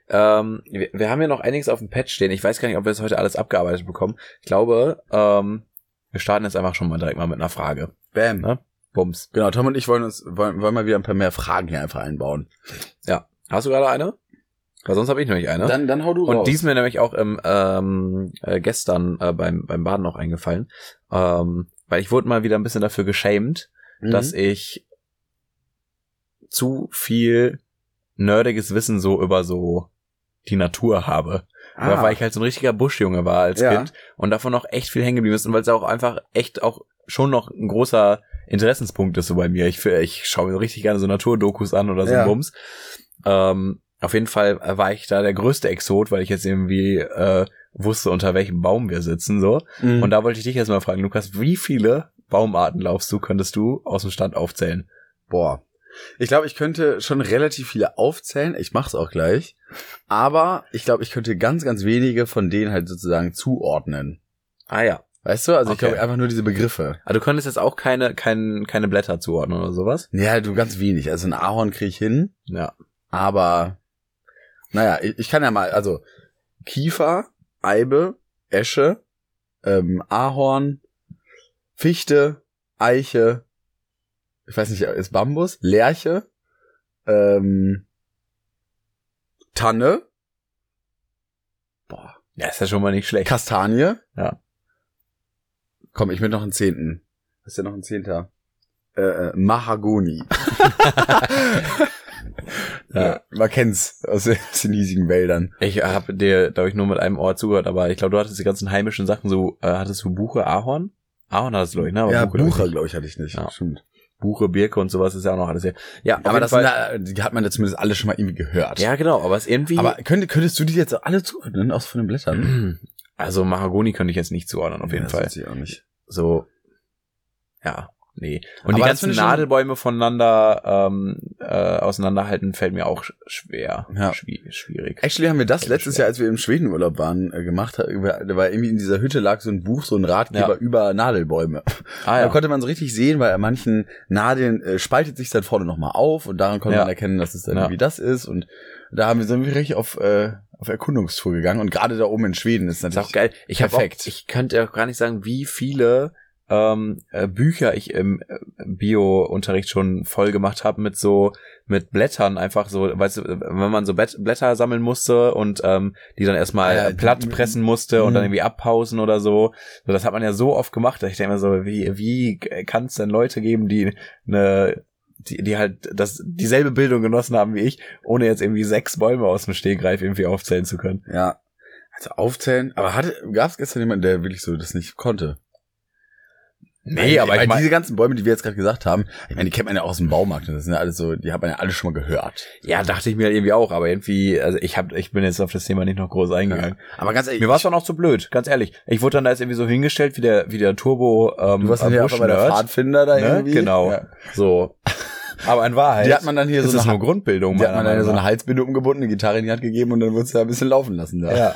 B: Ähm, wir, wir haben ja noch einiges auf dem Pad stehen. Ich weiß gar nicht, ob wir das heute alles abgearbeitet bekommen. Ich glaube, ähm, wir starten jetzt einfach schon mal direkt mal mit einer Frage.
A: Bam.
B: Ne? Bums.
A: Genau, Tom und ich wollen uns wollen, wollen mal wieder ein paar mehr Fragen hier einfach einbauen.
B: Hast du gerade eine? Weil sonst habe ich nämlich eine.
A: Dann, dann hau du
B: Und die ist mir nämlich auch im, ähm, äh, gestern äh, beim, beim Baden auch eingefallen. Ähm, weil ich wurde mal wieder ein bisschen dafür geschämt,
A: Mhm.
B: dass ich zu viel nerdiges Wissen so über so die Natur habe. Aber Weil ich halt so ein richtiger Buschjunge war als
A: Ah, Ja.
B: Kind und davon noch echt viel hängen geblieben ist und weil es auch einfach echt auch schon noch ein großer Interessenspunkt ist so bei mir. Ich, fühl- ich schaue mir so richtig gerne so Naturdokus an oder so
A: Ja.
B: ein Bums. Ähm, auf jeden Fall war ich da der größte Exot, weil ich jetzt irgendwie äh, wusste, unter welchem Baum wir sitzen so.
A: Mhm.
B: Und da wollte ich dich erstmal fragen, Lukas, wie viele Baumarten laufst du, könntest du aus dem Stand aufzählen?
A: boah. Ich glaube, ich könnte schon relativ viele aufzählen. Ich mach's auch gleich. Aber ich glaube, ich könnte ganz, ganz wenige von denen halt sozusagen zuordnen.
B: Ah ja.
A: Weißt du? Also ich
B: Okay.
A: glaube einfach nur diese Begriffe.
B: Also du könntest jetzt auch keine, kein, keine Blätter zuordnen oder sowas?
A: Ja, du ganz wenig. Also ein Ahorn kriege ich hin,
B: Ja.
A: aber naja, ich, ich kann ja mal, also Kiefer, Eibe, Esche, ähm, Ahorn, Fichte, Eiche, ich weiß nicht, ist Bambus, Lerche, ähm, Tanne, boah,
B: Ja, ist ja schon mal nicht schlecht.
A: Kastanie.
B: Ja.
A: Komm, ich will noch einen Zehnten. Was ist denn noch ein Zehnter? Äh, äh, Mahagoni.
B: Ja.
A: ja. Man kennt's aus den aus den hiesigen Wäldern.
B: Ich habe dir, glaube ich, nur mit einem Ohr zugehört, aber ich glaube, du hattest die ganzen heimischen Sachen so, äh, hattest du Buche, Ahorn? Ahorn hattest du, glaube ich, ne? Aber
A: ja,
B: glaub ich
A: Bucher,
B: nicht.
A: glaube ich, hatte ich nicht.
B: Ja.
A: Stimmt.
B: Buche, Birke und sowas ist ja auch noch alles hier. Ja, auf
A: Aber
B: jeden
A: das sind,
B: Fall,
A: ja- die hat man ja zumindest alle schon mal irgendwie gehört.
B: ja, genau, aber es ist irgendwie,
A: Aber könnt, könntest du die jetzt alle zuordnen, aus von den Blättern?
B: also Mahagoni könnte ich jetzt nicht zuordnen, auf jeden Fall.
A: Das weiß ich auch nicht.
B: So, ja, nee. Und
A: Aber
B: die
A: das
B: ganzen
A: finde ich schon-
B: Nadelbäume voneinander ähm, äh, auseinanderhalten fällt mir auch sch- schwer,
A: Ja.
B: schwi- schwierig.
A: Actually haben wir das
B: Ja,
A: letztes
B: schwer.
A: Jahr, als wir im Schwedenurlaub waren, äh, gemacht, da war irgendwie in dieser Hütte lag so ein Buch, so ein Ratgeber
B: Ja.
A: über Nadelbäume.
B: Ah,
A: Da konnte man so richtig sehen, weil an manchen Nadeln äh, spaltet sich dann vorne nochmal auf und daran konnte
B: Ja.
A: man erkennen, dass es dann
B: Ja.
A: irgendwie das ist. Und da haben wir so richtig auf, äh, auf Erkundungstour gegangen. Und gerade da oben in Schweden ist
B: Ist auch
A: natürlich.
B: geil. Ich hab
A: Perfekt.
B: Auch, ich könnte auch gar nicht sagen, wie viele ähm, äh, Bücher ich im äh, Bio-Unterricht schon voll gemacht habe mit so mit Blättern einfach so, weißt du, wenn man so Bet Blätter sammeln musste und ähm, die dann erstmal
A: Ah Ja,
B: äh, platt
A: die-
B: pressen musste und
A: Mhm.
B: dann irgendwie abpausen oder so. so. Das hat man ja so oft gemacht. dass Ich denke mir so, wie wie kann es denn Leute geben, die eine die, die halt das dieselbe Bildung genossen haben wie ich, ohne jetzt irgendwie sechs Bäume aus dem Stegreif irgendwie aufzählen zu können.
A: Ja. Also aufzählen. Aber hatte, gab es gestern jemanden, der wirklich so das nicht konnte?
B: Nee, aber ich
A: weil
B: meine,
A: diese ganzen Bäume, die wir jetzt gerade gesagt haben, ich meine, die kennt man ja auch aus dem Baumarkt. und Das sind ja alles so, die hat man ja alle schon mal gehört.
B: ja, dachte ich mir halt irgendwie auch, aber irgendwie, also ich hab, ich bin jetzt auf das Thema nicht noch groß eingegangen.
A: Aber ganz ehrlich,
B: Mir war es dann auch zu blöd, ganz ehrlich. Ich wurde dann da jetzt irgendwie so hingestellt wie der, wie der Turbo, ähm,
A: du warst dann
B: äh,
A: ja auch bei der
B: Busch-Nerd,
A: Pfadfinder da
B: ne?
A: irgendwie.
B: Genau.
A: Ja.
B: So. Aber in Wahrheit.
A: Die hat man dann hier
B: ist
A: so
B: es
A: eine,
B: nur Grundbildung,
A: die hat man
B: meiner
A: dann hier so
B: Meinung
A: eine Halsbinde umgebunden, eine Gitarre in die Hand gegeben und dann wurde es da ein bisschen laufen lassen. Da.
B: Ja.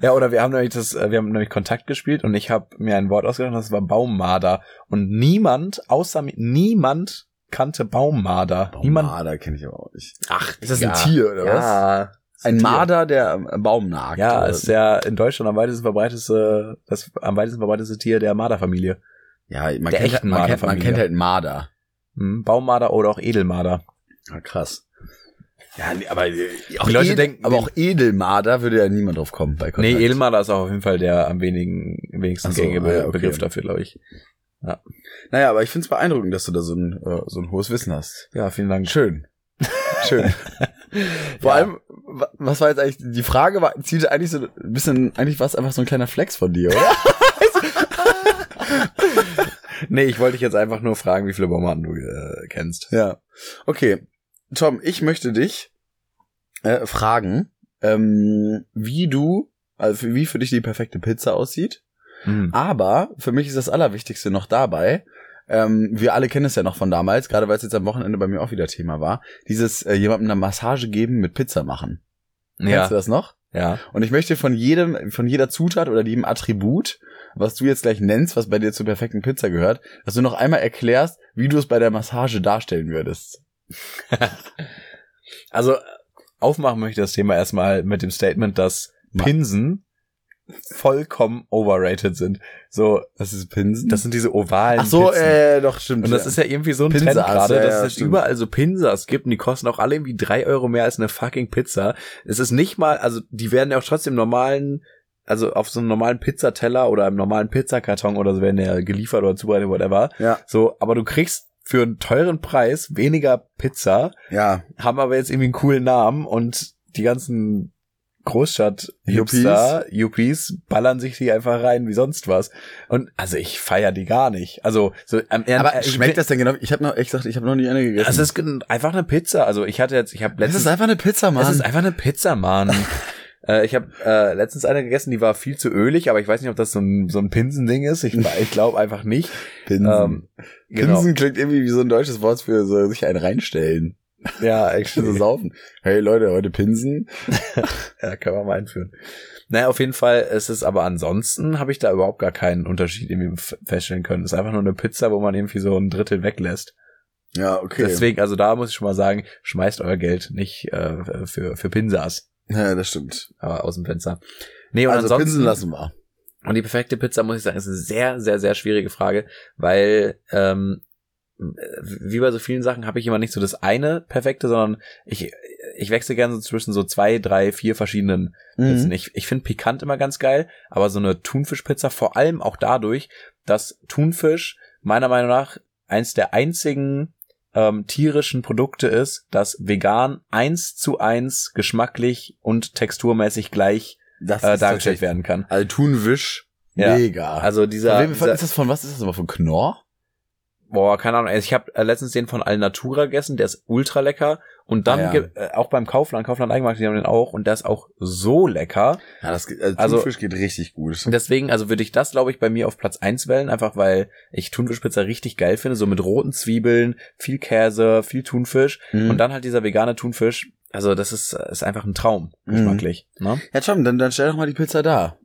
B: ja, oder wir haben nämlich das, äh, wir haben nämlich Kontakt gespielt und ich habe mir ein Wort ausgedacht, das war Baummarder. Und niemand, außer mi- niemand kannte Baummarder.
A: Baum-
B: Niemand.
A: Marder kenne ich aber auch nicht.
B: Ach,
A: Ist das ein Tier oder was?
B: Ja.
A: Ein
B: Tier.
A: Marder, der am Baum nagt.
B: Ja,
A: oder?
B: ist ja in Deutschland am weitesten verbreiteste, das am weitesten verbreiteste Tier der Marderfamilie.
A: ja, man,
B: der
A: kennt, halt-
B: echten
A: man, kennt, man
B: Marderfamilie.
A: kennt halt einen Marder.
B: Hm, Baummarder oder auch Edelmarder.
A: Ja, krass. Ja, nee, aber äh, auch
B: Die Leute
A: Edel-
B: denken-
A: aber auch Edelmarder würde ja niemand drauf kommen bei Kontakt.
B: Nee, Edelmarder ist auch auf jeden Fall der am wenigen, wenigsten
A: Ach so,
B: gängige
A: ah ja, okay.
B: Begriff dafür, glaube ich.
A: Naja, aber ich find's beeindruckend, dass du da so ein, äh, so ein hohes Wissen hast.
B: Ja, vielen Dank.
A: Schön. Schön. Vor
B: Ja.
A: allem, wa- was war jetzt eigentlich, die Frage war, zielte eigentlich so ein bisschen, eigentlich war es einfach so ein kleiner Flex von dir, oder?
B: Nee, ich wollte dich jetzt einfach nur fragen, wie viele Baumarten du äh, kennst.
A: ja. Okay. Tom, ich möchte dich äh, fragen, ähm, wie du, also wie für dich die perfekte Pizza aussieht.
B: Hm.
A: Aber für mich ist das Allerwichtigste noch dabei, ähm, wir alle kennen es ja noch von damals, gerade weil es jetzt am Wochenende bei mir auch wieder Thema war, dieses äh, jemandem eine Massage geben mit Pizza machen. Kennst du das noch?
B: Ja.
A: Und ich möchte von jedem, von jeder Zutat oder jedem Attribut, was du jetzt gleich nennst, was bei dir zur perfekten Pizza gehört, dass du noch einmal erklärst, wie du es bei der Massage darstellen würdest.
B: Also äh, aufmachen möchte ich das Thema erstmal mit dem Statement, dass
A: Ma-
B: Pinsen vollkommen overrated sind. So,
A: Das ist Pinsen.
B: das sind diese ovalen
A: Ach so,
B: Pizzen.
A: äh, doch stimmt.
B: und das ist ja irgendwie so ein
A: Pinsas,
B: Trend gerade,
A: ja,
B: dass
A: ja,
B: es
A: stimmt.
B: überall so Pinsas gibt und die kosten auch alle irgendwie drei Euro mehr als eine fucking Pizza. Es ist nicht mal, also die werden ja auch trotzdem normalen, also auf so einem normalen Pizzateller oder einem normalen Pizzakarton oder so werden ja geliefert oder zubereitet, whatever.
A: Ja.
B: So, aber du kriegst für einen teuren Preis weniger Pizza
A: ja
B: haben aber jetzt irgendwie einen coolen Namen und die ganzen Großstadt
A: Yuppies.
B: Hipster, Yuppies ballern sich die einfach rein wie sonst was. Und also ich feier die gar nicht. Also so am Ernst.
A: aber
B: ich
A: schmeckt
B: bin-
A: das denn genau? Ich habe noch, ich sagte, ich habe noch nie eine gegessen.
B: Es ist gen- einfach eine Pizza. Also ich hatte jetzt, ich habe
A: das
B: letztens
A: ist einfach eine Pizza, Mann.
B: es ist einfach eine Pizza, Mann. äh, ich habe äh, letztens eine gegessen, die war viel zu ölig, aber ich weiß nicht, ob das so ein, so ein Pinsending ist. Ich, ich glaube einfach nicht. Ähm, genau.
A: Pinsen klingt irgendwie wie so ein deutsches Wort für so sich einen reinstellen.
B: Ja,
A: So
B: actually.
A: saufen. Hey Leute, heute Pinsen.
B: Ja, kann man mal einführen. Naja, auf jeden Fall ist es aber ansonsten habe ich da überhaupt gar keinen Unterschied irgendwie f- feststellen können. Es ist einfach nur eine Pizza, wo man irgendwie so ein Drittel weglässt.
A: Ja, okay.
B: Deswegen, also da muss ich schon mal sagen, schmeißt euer Geld nicht äh, für, für Pinsas
A: ja, das stimmt.
B: aber aus dem Fenster. Nee, und
A: also
B: ansonsten,
A: Pinsen lassen wir.
B: und die perfekte Pizza, muss ich sagen, ist eine sehr, sehr, sehr schwierige Frage, weil ähm, wie bei so vielen Sachen habe ich immer nicht so das eine perfekte, sondern ich, ich wechsle gerne so zwischen so zwei, drei, vier verschiedenen
A: Mhm.
B: Pilzen. Ich, ich finde pikant immer ganz geil, aber so eine Thunfischpizza vor allem auch dadurch, dass Thunfisch meiner Meinung nach eins der einzigen ähm, tierischen Produkte ist, das vegan eins zu eins geschmacklich und texturmäßig gleich
A: Das
B: äh,
A: ist
B: dargestellt
A: tatsächlich-
B: werden kann.
A: Also Thunwisch.
B: Ja.
A: Mega.
B: Also dieser,
A: von wem,
B: dieser
A: ist das von was ist das nochmal? Von Knorr?
B: boah, keine Ahnung, ich habe äh, letztens den von Alnatura gegessen, der ist ultra lecker und dann
A: Ah, ja.
B: gibt- äh, auch beim Kaufland, Kaufland Eigenmarkt, die haben den auch und der ist auch so lecker.
A: Ja, das geht- also
B: Also-
A: Thunfisch geht richtig gut.
B: Deswegen, also würde ich das, glaube ich, bei mir auf Platz 1 wählen, einfach weil ich Thunfischpizza richtig geil finde, so mit roten Zwiebeln, viel Käse, viel Thunfisch
A: Mhm.
B: und dann halt dieser vegane Thunfisch. Also das ist, ist einfach ein Traum,
A: Mhm.
B: geschmacklich, ne?
A: ja, Tom, dann, dann stell doch mal die Pizza da.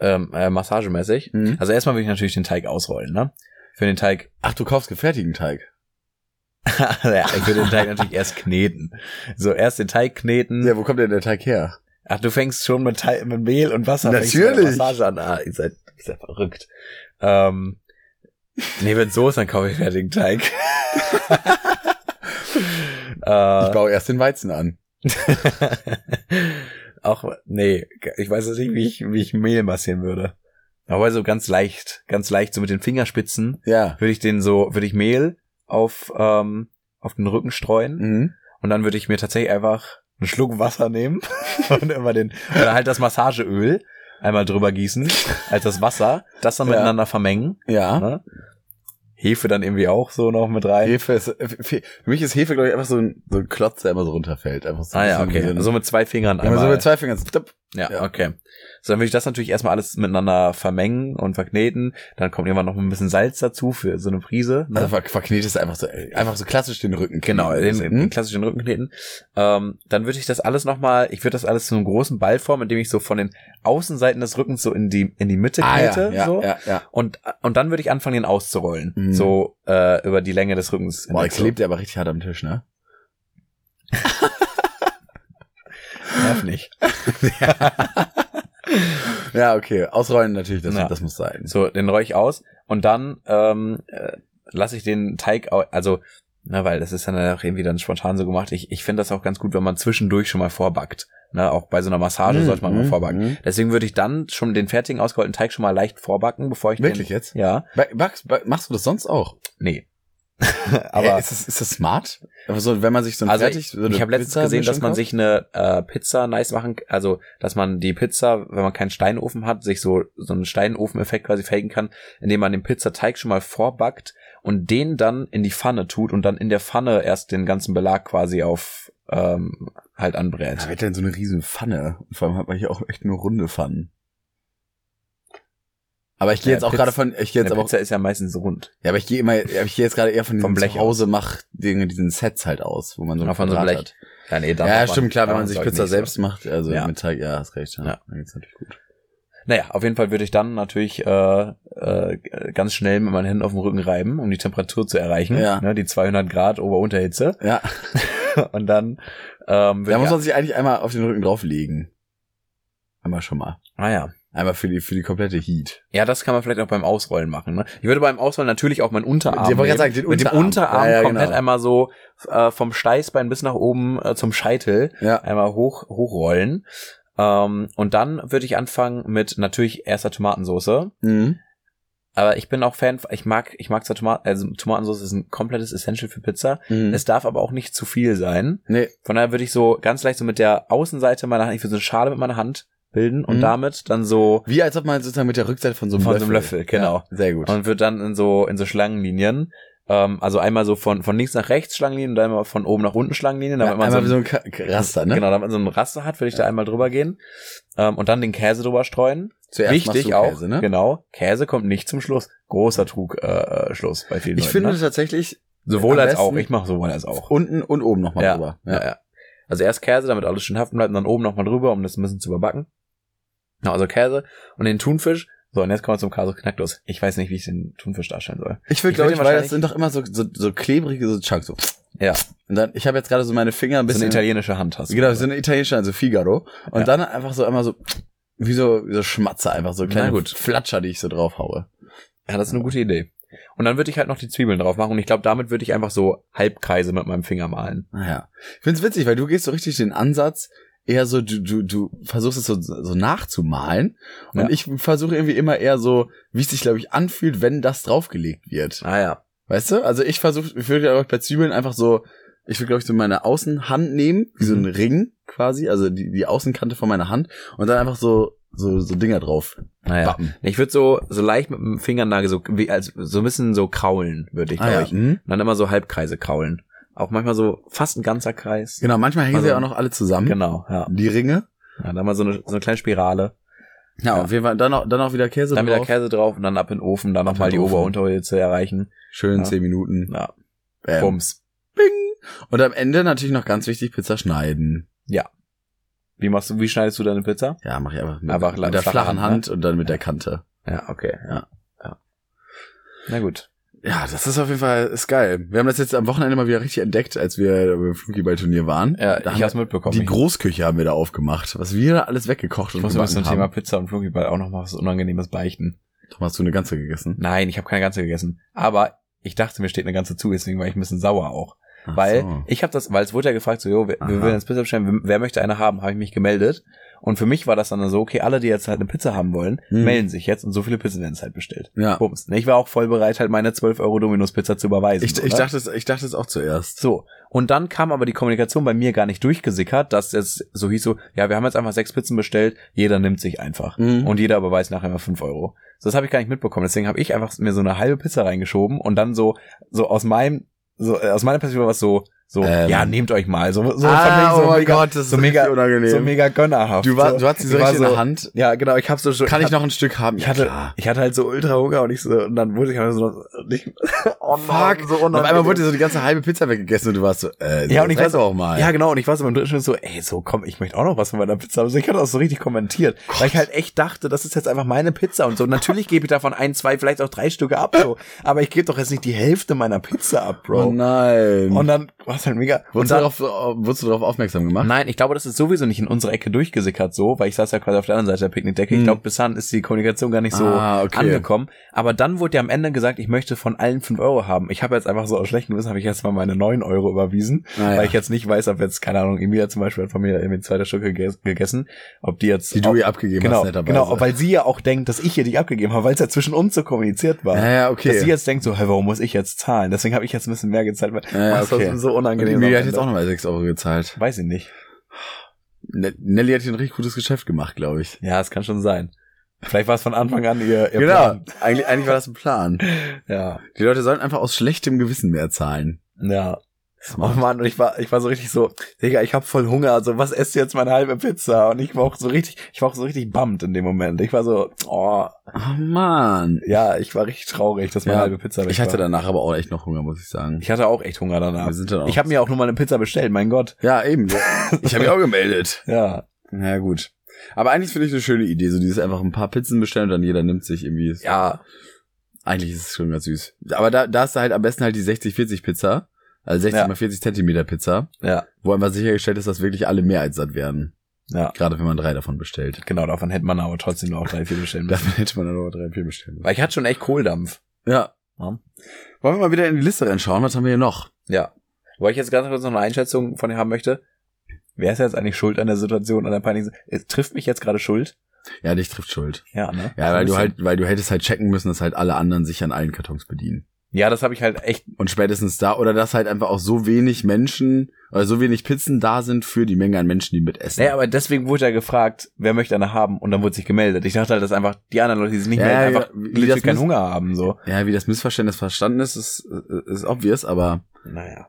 B: ähm, äh, massagemäßig.
A: Mhm.
B: Also erstmal würde ich natürlich den Teig ausrollen, ne? Für den Teig,
A: Ach, du kaufst gefertigten Teig.
B: ja, ich würde den Teig natürlich erst kneten. So, erst den Teig kneten.
A: Ja, wo kommt denn der Teig her?
B: Ach, du fängst schon mit, Teig, mit Mehl und Wasser fängst du
A: Natürlich.
B: eine Massage an. Ah, ihr seid, ihr seid verrückt. Ähm, nee, wenn so ist, dann kaufe ich fertigen Teig.
A: ich
B: äh,
A: baue erst den Weizen an.
B: auch, nee, ich weiß jetzt nicht, wie ich, wie ich Mehl massieren würde. Aber so ganz leicht, ganz leicht, so mit den Fingerspitzen
A: Ja.
B: würde ich den so, würde ich Mehl auf, ähm, auf den Rücken streuen.
A: Mhm.
B: Und dann würde ich mir tatsächlich einfach einen Schluck Wasser nehmen und immer den, oder halt das Massageöl einmal drüber gießen, als das Wasser, das dann
A: Ja.
B: miteinander vermengen.
A: Ja.
B: Ne? Hefe dann irgendwie auch so noch mit rein.
A: Hefe ist, äh, für mich ist Hefe, glaube ich, einfach so ein, so ein Klotz, der immer so runterfällt. Einfach so ein bisschen wie So,
B: Also mit zwei Fingern
A: ja, aber so mit zwei Fingern. so tup.
B: ja,
A: ja.
B: okay. So, dann würde ich das natürlich erstmal alles miteinander vermengen und verkneten. Dann kommt irgendwann noch ein bisschen Salz dazu für so eine Prise. Ne?
A: Also ver verknetet ist einfach so, einfach so klassisch den Rücken.
B: Genau, den, den
A: Hm?
B: klassischen Rückenkneten. Ähm, dann würde ich das alles nochmal, ich würde das alles zu einem großen Ball formen, indem ich so von den Außenseiten des Rückens so in die, in die Mitte
A: Ah,
B: knete.
A: ja, ja,
B: so.
A: ja, ja.
B: Und, und dann würde ich anfangen, den auszurollen.
A: Mhm.
B: So äh, über die Länge des Rückens.
A: Boah,
B: hinweg,
A: jetzt klebt der aber richtig hart am Tisch, ne?
B: so. Nerv nicht.
A: Ja, okay. Ausrollen natürlich, das,
B: Ja.
A: das muss sein.
B: So, den roll ich aus und dann ähm, äh, lasse ich den Teig, au- also, ne, weil das ist dann auch irgendwie dann spontan so gemacht. Ich, ich finde das auch ganz gut, wenn man zwischendurch schon mal vorbackt. Ne, auch bei so einer Massage sollte man mal vorbacken.
A: mhm.
B: Deswegen würde ich dann schon den fertigen ausgerollten Teig schon mal leicht vorbacken, bevor ich
A: Wirklich
B: den,
A: jetzt?
B: Ja,
A: Ba- backst- ba- Machst du das sonst auch?
B: nee. Aber
A: Hä, ist, das, ist das smart? Aber so, wenn man sich so ein
B: also
A: fertig,
B: ich, ich habe letztens gesehen, dass man sich eine äh, Pizza nice machen, also dass man die Pizza, wenn man keinen Steinofen hat, sich so so einen Steinofen-Effekt quasi faken kann, indem man den Pizzateig schon mal vorbackt und den dann in die Pfanne tut und dann in der Pfanne erst den ganzen Belag quasi auf ähm, halt
A: Da
B: anbrät.
A: wird dann so eine riesen Pfanne. Und vor allem hat man hier auch echt nur runde Pfannen. Aber ich gehe
B: Ja,
A: jetzt auch
B: Pizza-
A: gerade von, ich gehe jetzt
B: eine
A: aber auch,
B: Pizza ist ja meistens rund,
A: ja, aber ich gehe immer, aber ich gehe jetzt gerade eher von diesem
B: Vom Blech aus.
A: Zuhause-Mach-Dingen, diesen Sets halt aus, wo man so ein
B: Auch von so einem
A: Quadrat
B: Blech. Ja, nee, da
A: hat. Ja, stimmt, klar, wenn man sich
B: glaub ich,
A: Pizza
B: halt nicht
A: selbst
B: so.
A: macht, also
B: Ja.
A: mit Teig, ja, hast recht, ja.
B: Ja.
A: Dann geht's natürlich gut.
B: Naja, auf jeden Fall würde ich dann natürlich äh, äh, ganz schnell mit meinen Händen auf dem Rücken reiben, um die Temperatur zu erreichen.
A: Ja.
B: Ne, die 200 Grad Ober-Unterhitze.
A: Ja,
B: Und dann ähm,
A: da
B: würde
A: muss
B: ich...
A: man sich eigentlich einmal auf den Rücken drauflegen. Einmal schon mal.
B: ah ja.
A: Einmal für die, für die komplette Heat.
B: Ja, das kann man vielleicht auch beim Ausrollen machen. Ne? Ich würde beim Ausrollen natürlich auch meinen Unterarm
A: Ich wollte gerade sagen,
B: nehmen.
A: den
B: mit dem
A: Unterarm.
B: Unterarm
A: Ja, ja,
B: komplett
A: genau.
B: einmal so äh, vom Steißbein bis nach oben äh, zum Scheitel
A: Ja.
B: einmal hoch hochrollen. Ähm, und dann würde ich anfangen mit natürlich erster Tomatensoße.
A: Mhm.
B: Aber ich bin auch Fan, ich mag, ich mag zwar Tomaten, also Tomatensauce ist ein komplettes Essential für Pizza.
A: Mhm.
B: Es darf aber auch nicht zu viel sein.
A: Nee.
B: Von daher würde ich so ganz leicht so mit der Außenseite meiner Hand, ich würde so eine Schale mit meiner Hand bilden und
A: Mhm.
B: damit dann so
A: Wie als ob man sozusagen mit der Rückseite von so einem
B: Von so
A: Löffel.
B: einem Löffel, genau.
A: Ja, sehr gut.
B: und wird dann in so, in so Schlangenlinien. Ähm, also einmal so von, von links nach rechts Schlangenlinien und dann einmal von oben nach unten Schlangenlinien, damit man so,
A: einmal
B: ein-
A: so ein Ka- Raster, ne?
B: genau, damit man so ein Raster hat, würde ich da einmal drüber gehen. Ähm, und dann den Käse drüber streuen.
A: Zuerst machst
B: Wichtig
A: du
B: auch,
A: Käse, ne?
B: genau. Käse kommt nicht zum Schluss. Großer Trug, äh, äh, Schluss bei vielen
A: Ich
B: Leuten.
A: finde
B: ne?
A: tatsächlich
B: sowohl
A: am
B: als auch.
A: besten-
B: Ich mache sowohl als auch.
A: unten und oben nochmal
B: Ja.
A: drüber.
B: Ja, ja. Also erst Käse, damit alles schön haften bleibt, und dann oben nochmal drüber, um das ein bisschen zu überbacken. Ja, also Käse und den Thunfisch. So, und jetzt kommen wir zum Kasus Knacklos. Ich weiß nicht, wie ich den Thunfisch darstellen soll.
A: Ich würde,
B: Ich
A: glaube
B: würde
A: ich, weil
B: wahrscheinlich-
A: das sind doch immer so, so, so klebrige so Chunks. So.
B: Ja.
A: Und dann, ich habe jetzt gerade so meine Finger ein
B: So eine
A: bisschen.
B: italienische Hand hast du.
A: genau, so eine italienische, also Figaro. Und
B: Ja.
A: dann einfach so einmal so, wie so, wie so Schmatzer, einfach so kleine
B: gut.
A: Flatscher, die ich so drauf haue.
B: Ja, das ist eine gute Idee. Und dann würde ich halt noch die Zwiebeln drauf machen und ich glaube, damit würde ich einfach so Halbkreise mit meinem Finger malen.
A: Naja. Ich find's witzig, weil du gehst so richtig den Ansatz, eher so, du, du, du versuchst es so, so nachzumalen. Und
B: Ja.
A: ich versuche irgendwie immer eher so, wie es sich, glaube ich, anfühlt, wenn das draufgelegt wird.
B: Ah ja.
A: Weißt du? Also ich versuche, ich würde glaube ich bei Zwiebeln einfach so, ich würde glaube ich so meine Außenhand nehmen, wie
B: Mhm.
A: so einen Ring quasi, also die, die Außenkante von meiner Hand und dann einfach so so so Dinger drauf.
B: Naja.
A: Bappen.
B: Ah Ich würde so, so leicht mit dem Fingernagel so, wie, also, so ein bisschen so kraulen, würde ich,
A: Ah,
B: glaube
A: ja.
B: ich.
A: mhm.
B: Und dann immer so Halbkreise kraulen. Auch manchmal so fast ein ganzer Kreis.
A: Genau, manchmal hängen
B: Also-
A: sie ja auch noch alle zusammen.
B: Genau, ja.
A: Die Ringe.
B: ja dann mal so eine, so eine kleine Spirale.
A: Ja,
B: Ja.
A: auf jeden Fall dann auch, dann auch wieder Käse
B: dann wieder
A: drauf.
B: Käse drauf und dann ab in den Ofen, dann
A: Ab
B: nochmal
A: in
B: die
A: den Ofen.
B: Ober-Unterhitze erreichen.
A: Schön
B: Ja.
A: zehn Minuten.
B: Ja,
A: Bam.
B: Bums.
A: Und am Ende natürlich noch ganz wichtig Pizza schneiden.
B: Wie machst du, wie schneidest du deine Pizza?
A: Ja, mache ich einfach mit,
B: Einfach la-
A: mit der
B: flache
A: flachen
B: Hand, ne?
A: Hand und dann mit der Kante.
B: Ja, okay.
A: ja.
B: ja. Na gut.
A: Ja, das ist auf jeden Fall ist geil. Wir haben das jetzt am Wochenende mal wieder richtig entdeckt, als wir beim Flunkyball-Turnier waren.
B: Ja,
A: da
B: ich
A: haben
B: hab's mitbekommen.
A: Die
B: Ich-
A: Großküche haben wir da aufgemacht, was wir da alles weggekocht
B: Ich
A: und
B: muss mir
A: gebacken
B: zum
A: haben.
B: Thema Pizza und Flunkyball auch noch mal was Unangenehmes beichten.
A: Tom, hast du eine ganze gegessen?
B: Nein, ich habe keine ganze gegessen. Aber ich dachte, mir steht eine ganze zu, deswegen war ich ein bisschen sauer auch.
A: Ach
B: weil
A: so.
B: ich habe das, weil es wurde ja gefragt, so, jo, wir, wir
A: Aha.
B: wollen jetzt Pizza bestellen, wer- wer möchte eine haben, habe ich mich gemeldet. Und für mich war das dann so, okay, alle, die jetzt halt eine Pizza haben wollen,
A: Mhm.
B: melden sich jetzt und so viele Pizzen werden es halt bestellt.
A: Ja.
B: Bums. Ich war auch voll bereit, halt meine 12 Euro Dominus-Pizza zu überweisen.
A: Ich, ich,
B: oder?
A: dachte es, ich dachte es auch zuerst.
B: So. Und dann kam aber die Kommunikation bei mir gar nicht durchgesickert, dass es so hieß so, ja, wir haben jetzt einfach sechs Pizzen bestellt, jeder nimmt sich einfach.
A: Mhm.
B: Und jeder überweist nachher mal fünf Euro. So, das habe ich gar nicht mitbekommen. Deswegen habe ich einfach mir so eine halbe Pizza reingeschoben und dann so, so aus meinem, so, äh, aus meiner Perspektive war es so, so,
A: Ähm.
B: ja, nehmt euch mal. So, so,
A: Ah,
B: von wegen so
A: oh mein
B: mega,
A: Gott, das ist
B: so mega-
A: richtig unangenehm.
B: so mega gönnerhaft.
A: du, war, du hast diese
B: ich war
A: richtig in
B: so-
A: der Hand.
B: Ja, genau, ich habe so schon.
A: Kann ich noch ein Stück haben?
B: Ich
A: Ja,
B: hatte,
A: klar.
B: ich hatte halt so ultra Hunger und ich so, und dann wurde ich halt so, nicht, oh nein,
A: Fuck.
B: so
A: und auf einmal
B: unangenehm.
A: wurde dir so die ganze halbe Pizza weggegessen und du warst so, äh,
B: Ja, und ich
A: sag
B: war so-
A: doch mal.
B: Ja, genau. Und ich war so beim dritten Schritt so, ey, so komm, ich möchte auch noch was von meiner Pizza. haben. Also ich hatte das so richtig kommentiert, weil ich halt echt dachte, das ist jetzt einfach meine Pizza und so. Natürlich gebe ich davon ein, zwei, vielleicht auch drei Stücke ab, so. Aber ich gebe doch jetzt nicht die Hälfte meiner Pizza ab,
A: oh
B: Bro.
A: nein.
B: und dann war es halt mega. Und
A: wurdest, du
B: dann,
A: darauf, äh, wurdest du darauf aufmerksam gemacht?
B: nein, ich glaube, das ist sowieso nicht in unsere Ecke durchgesickert so, weil ich saß ja quasi auf der anderen Seite der Picknickdecke. Ich
A: Hm.
B: glaube, bis dann ist die Kommunikation gar nicht so
A: Ah, okay.
B: angekommen. Aber dann wurde ja am Ende gesagt, ich möchte von allen fünf Euro haben. Ich habe jetzt einfach so aus schlechtem Wissen, habe ich jetzt mal meine neun Euro überwiesen
A: Ah,
B: weil
A: ja.
B: ich jetzt nicht weiß, ob jetzt, keine Ahnung, Emilia zum Beispiel hat von mir irgendwie zwei Stück geges- gegessen, ob die jetzt...
A: die du
B: ob,
A: ihr abgegeben
B: genau,
A: hast, netterweise.
B: genau, weil sie ja auch denkt, dass ich ihr die abgegeben habe, weil es ja zwischen uns so kommuniziert war.
A: ja, ja, okay.
B: Dass sie jetzt denkt so, hey, warum muss ich jetzt zahlen? Deswegen habe ich jetzt ein bisschen mehr gezahlt, weil
A: Ja, ja,
B: Boah, das war
A: okay.
B: so
A: und
B: unangenehm.
A: Emilia
B: am
A: hat jetzt
B: Ende.
A: auch nochmal 6 Euro gezahlt.
B: Weiß ich nicht.
A: Ne- Nelly hat hier ein richtig gutes Geschäft gemacht, glaube ich.
B: Ja, es kann schon sein. Vielleicht war es von Anfang an ihr, ihr
A: Genau.
B: Plan.
A: Eigentlich, eigentlich war das ein Plan.
B: Ja,
A: Die Leute sollen einfach aus schlechtem Gewissen mehr zahlen.
B: ja. Oh Mann, und ich war, ich war so richtig so, Digga, ich hab voll Hunger, also was esst jetzt meine halbe Pizza? Und ich war auch so richtig, ich war auch so richtig bummed in dem Moment. Ich war so, oh,
A: Oh Mann.
B: Ja, ich war richtig traurig, dass meine
A: Ja,
B: halbe Pizza weg
A: Ich hatte
B: war.
A: danach aber auch echt noch Hunger, muss ich sagen.
B: Ich hatte auch echt Hunger danach.
A: Wir sind dann auch.
B: Ich habe mir auch nur mal eine Pizza bestellt, mein Gott.
A: ja, eben. ich habe mich auch gemeldet.
B: Ja.
A: Na gut. Aber eigentlich finde ich eine schöne Idee, so dieses einfach ein paar Pizzen bestellen und dann jeder nimmt sich irgendwie.
B: Ja.
A: Eigentlich ist es schon ganz süß. Aber da, da ist da halt am besten halt die 60-40 Pizza. Also 60
B: Ja.
A: mal 40 Zentimeter Pizza.
B: Ja.
A: Wo einfach sichergestellt ist, dass wirklich alle mehr als satt werden.
B: Ja.
A: Gerade wenn man drei davon bestellt.
B: Genau, davon hätte man aber trotzdem nur auch drei, vier bestellen müssen.
A: Davon hätte man dann aber drei, vier bestellen müssen.
B: Weil ich hatte schon echt Kohldampf.
A: Ja.
B: Ja.
A: Wollen wir mal wieder in die Liste reinschauen? Was haben wir hier noch?
B: Ja. Wobei ich jetzt ganz kurz noch eine Einschätzung von dir haben möchte. Wer ist jetzt eigentlich schuld an der Situation, an der Panik? Es trifft mich jetzt gerade schuld.
A: Ja, dich trifft Schuld.
B: Ja, ne?
A: Ja, weil du
B: Bisschen.
A: halt, weil du hättest halt checken müssen, dass halt alle anderen sich an allen Kartons bedienen.
B: Ja, das habe ich halt echt.
A: Und spätestens da, oder dass halt einfach auch so wenig Menschen oder so wenig Pizzen da sind für die Menge an Menschen, die mitessen.
B: Naja, aber deswegen wurde ja gefragt, wer möchte eine haben und dann wurde sich gemeldet. Ich dachte halt, dass einfach die anderen Leute, die sich nicht
A: Ja,
B: melden,
A: ja,
B: einfach
A: ja. Wie
B: legit
A: das
B: keinen
A: müssen-
B: Hunger haben. so.
A: ja, wie das Missverständnis verstanden ist, ist, ist obvious, aber
B: Naja.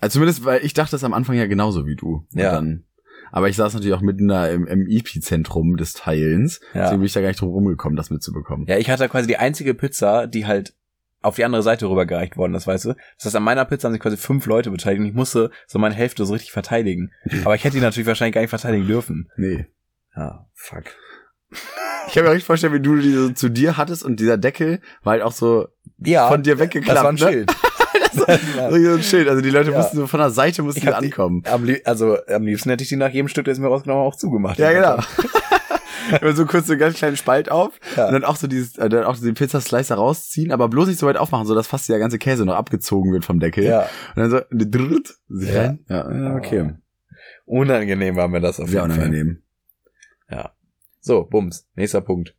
A: also zumindest, weil ich dachte es am Anfang ja genauso wie du. Und
B: Ja.
A: Dann, aber ich saß natürlich auch mitten da im, im Epizentrum des Teilens,
B: Ja.
A: deswegen bin ich da gar nicht drum rumgekommen, das mitzubekommen.
B: Ja, ich hatte quasi die einzige Pizza, die halt auf die andere Seite rübergereicht worden ist, weißt du? Das heißt, an meiner Pizza haben sich quasi fünf Leute beteiligt und ich musste so meine Hälfte so richtig verteidigen. Aber ich hätte die natürlich wahrscheinlich gar nicht verteidigen dürfen.
A: Nee.
B: Ja, fuck.
A: Ich kann mir richtig vorstellen, wie du die so zu dir hattest und dieser Deckel war halt auch so
B: Ja,
A: von dir
B: das
A: weggeklappt.
B: war ein
A: ne?
B: Schild.
A: So wie so ein Schild. Also die Leute
B: Ja.
A: mussten so von der Seite mussten
B: Ich
A: die
B: hab die-
A: ankommen.
B: am lieb- also am liebsten hätte ich die nach jedem Stück, das ich mir rausgenommen habe, auch zugemacht.
A: Ja, genau. Immer so kurz so einen ganz kleinen Spalt auf
B: Ja.
A: und dann auch so dieses, äh, dann auch so den Pizzaslicer rausziehen, aber bloß nicht so weit aufmachen, so dass fast der ganze Käse noch abgezogen wird vom Deckel.
B: Ja.
A: Und dann so drrrt, sich
B: Ja.
A: rein. Ja, ja, okay.
B: Unangenehm war mir das auf jeden
A: Ah. Sehr
B: Fall.
A: unangenehm.
B: So, Bums. Nächster Punkt.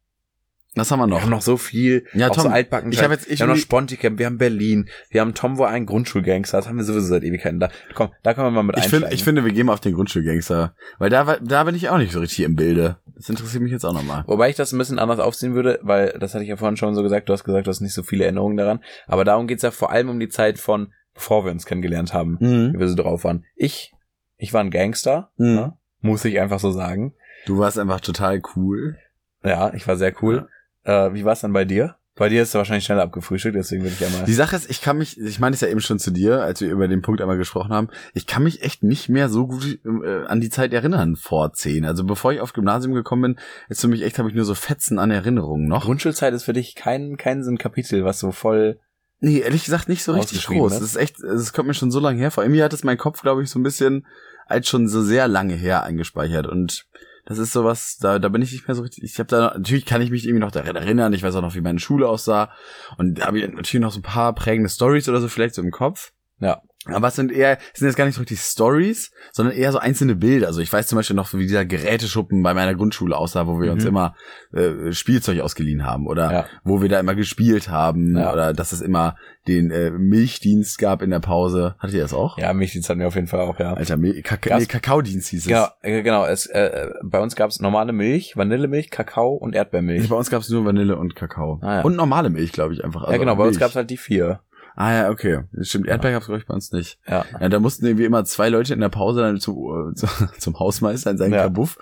A: Was haben wir
B: Wir
A: noch?
B: haben noch so viel.
A: Ja,
B: auch so
A: Tom,
B: altbacken.
A: ich hab jetzt- ich
B: wir haben noch
A: will-
B: Sponticamp, wir haben Berlin, wir haben Tom war ein Grundschulgangster, das haben wir sowieso seit Ewigkeiten da. Komm, da können wir mal mit
A: Ich,
B: einsteigen.
A: find, ich finde, wir gehen mal auf den Grundschulgangster. Weil da, war- da bin ich auch nicht so richtig im Bilde. Das interessiert mich jetzt auch nochmal.
B: Wobei ich das ein bisschen anders aufziehen würde, weil das hatte ich ja vorhin schon so gesagt, du hast gesagt, du hast nicht so viele Erinnerungen daran. Aber darum geht's ja vor allem um die Zeit von, bevor wir uns kennengelernt haben, wie wir so drauf waren. Ich, ich war ein Gangster,
A: Mhm.
B: ne? muss ich einfach so sagen.
A: Du warst einfach total cool.
B: Ja, ich war sehr cool. Äh, wie war's dann bei dir? Bei dir ist es wahrscheinlich schneller abgefrühstückt, deswegen würde ich ja mal.
A: Die Sache ist, ich kann mich, ich meine es ja eben schon zu dir, als wir über den Punkt einmal gesprochen haben, ich kann mich echt nicht mehr so gut äh, an die Zeit erinnern vor zehn. Also bevor ich auf Gymnasium gekommen bin, ist für mich echt, habe ich nur so Fetzen an Erinnerungen noch.
B: Grundschulzeit ist für dich kein, kein so ein Kapitel, was so voll
A: Nee, ehrlich gesagt nicht so richtig
B: Ausgeschrieben,
A: groß.
B: ne?
A: Das ist echt, es kommt mir schon so lange her. Vor allem hier hat es mein Kopf, glaube ich, so ein bisschen als schon so sehr lange her eingespeichert und das ist sowas, da, da bin ich nicht mehr so richtig. Ich habe da natürlich kann ich mich irgendwie noch daran erinnern. Ich weiß auch noch, wie meine Schule aussah und da habe ich natürlich noch so ein paar prägende Stories oder so vielleicht so im Kopf.
B: Ja.
A: Aber es sind eher, es sind jetzt gar nicht so richtig Stories, sondern eher so einzelne Bilder. Also ich weiß zum Beispiel noch, wie dieser Geräteschuppen bei meiner Grundschule aussah, wo wir uns
B: Mhm.
A: immer äh, Spielzeug ausgeliehen haben oder
B: Ja.
A: wo wir da immer gespielt haben
B: Ja.
A: oder dass es immer den äh, Milchdienst gab in der Pause. Hattet ihr das auch?
B: Ja, mich sieht's hatten wir auf jeden Fall auch, ja.
A: Alter, Mil Kaka
B: Gas-
A: nee, Kakaodienst hieß Also, es.
B: Genau, äh, genau. Es, äh, äh, bei uns gab's normale Milch, Vanillemilch, Kakao und Erdbeermilch.
A: Bei uns gab es nur Vanille und Kakao.
B: Ah, ja.
A: Und normale Milch, glaube ich, einfach.
B: ja,
A: Also
B: genau, bei uns
A: Milch.
B: gab's halt die vier.
A: Ah ja, okay. Stimmt, Erdbeer gab's, glaube ich, bei uns nicht.
B: Ja.
A: Ja, da mussten irgendwie immer zwei Leute in der Pause dann zu, äh, zu, zum Hausmeister in seinen
B: Ja.
A: Kabuff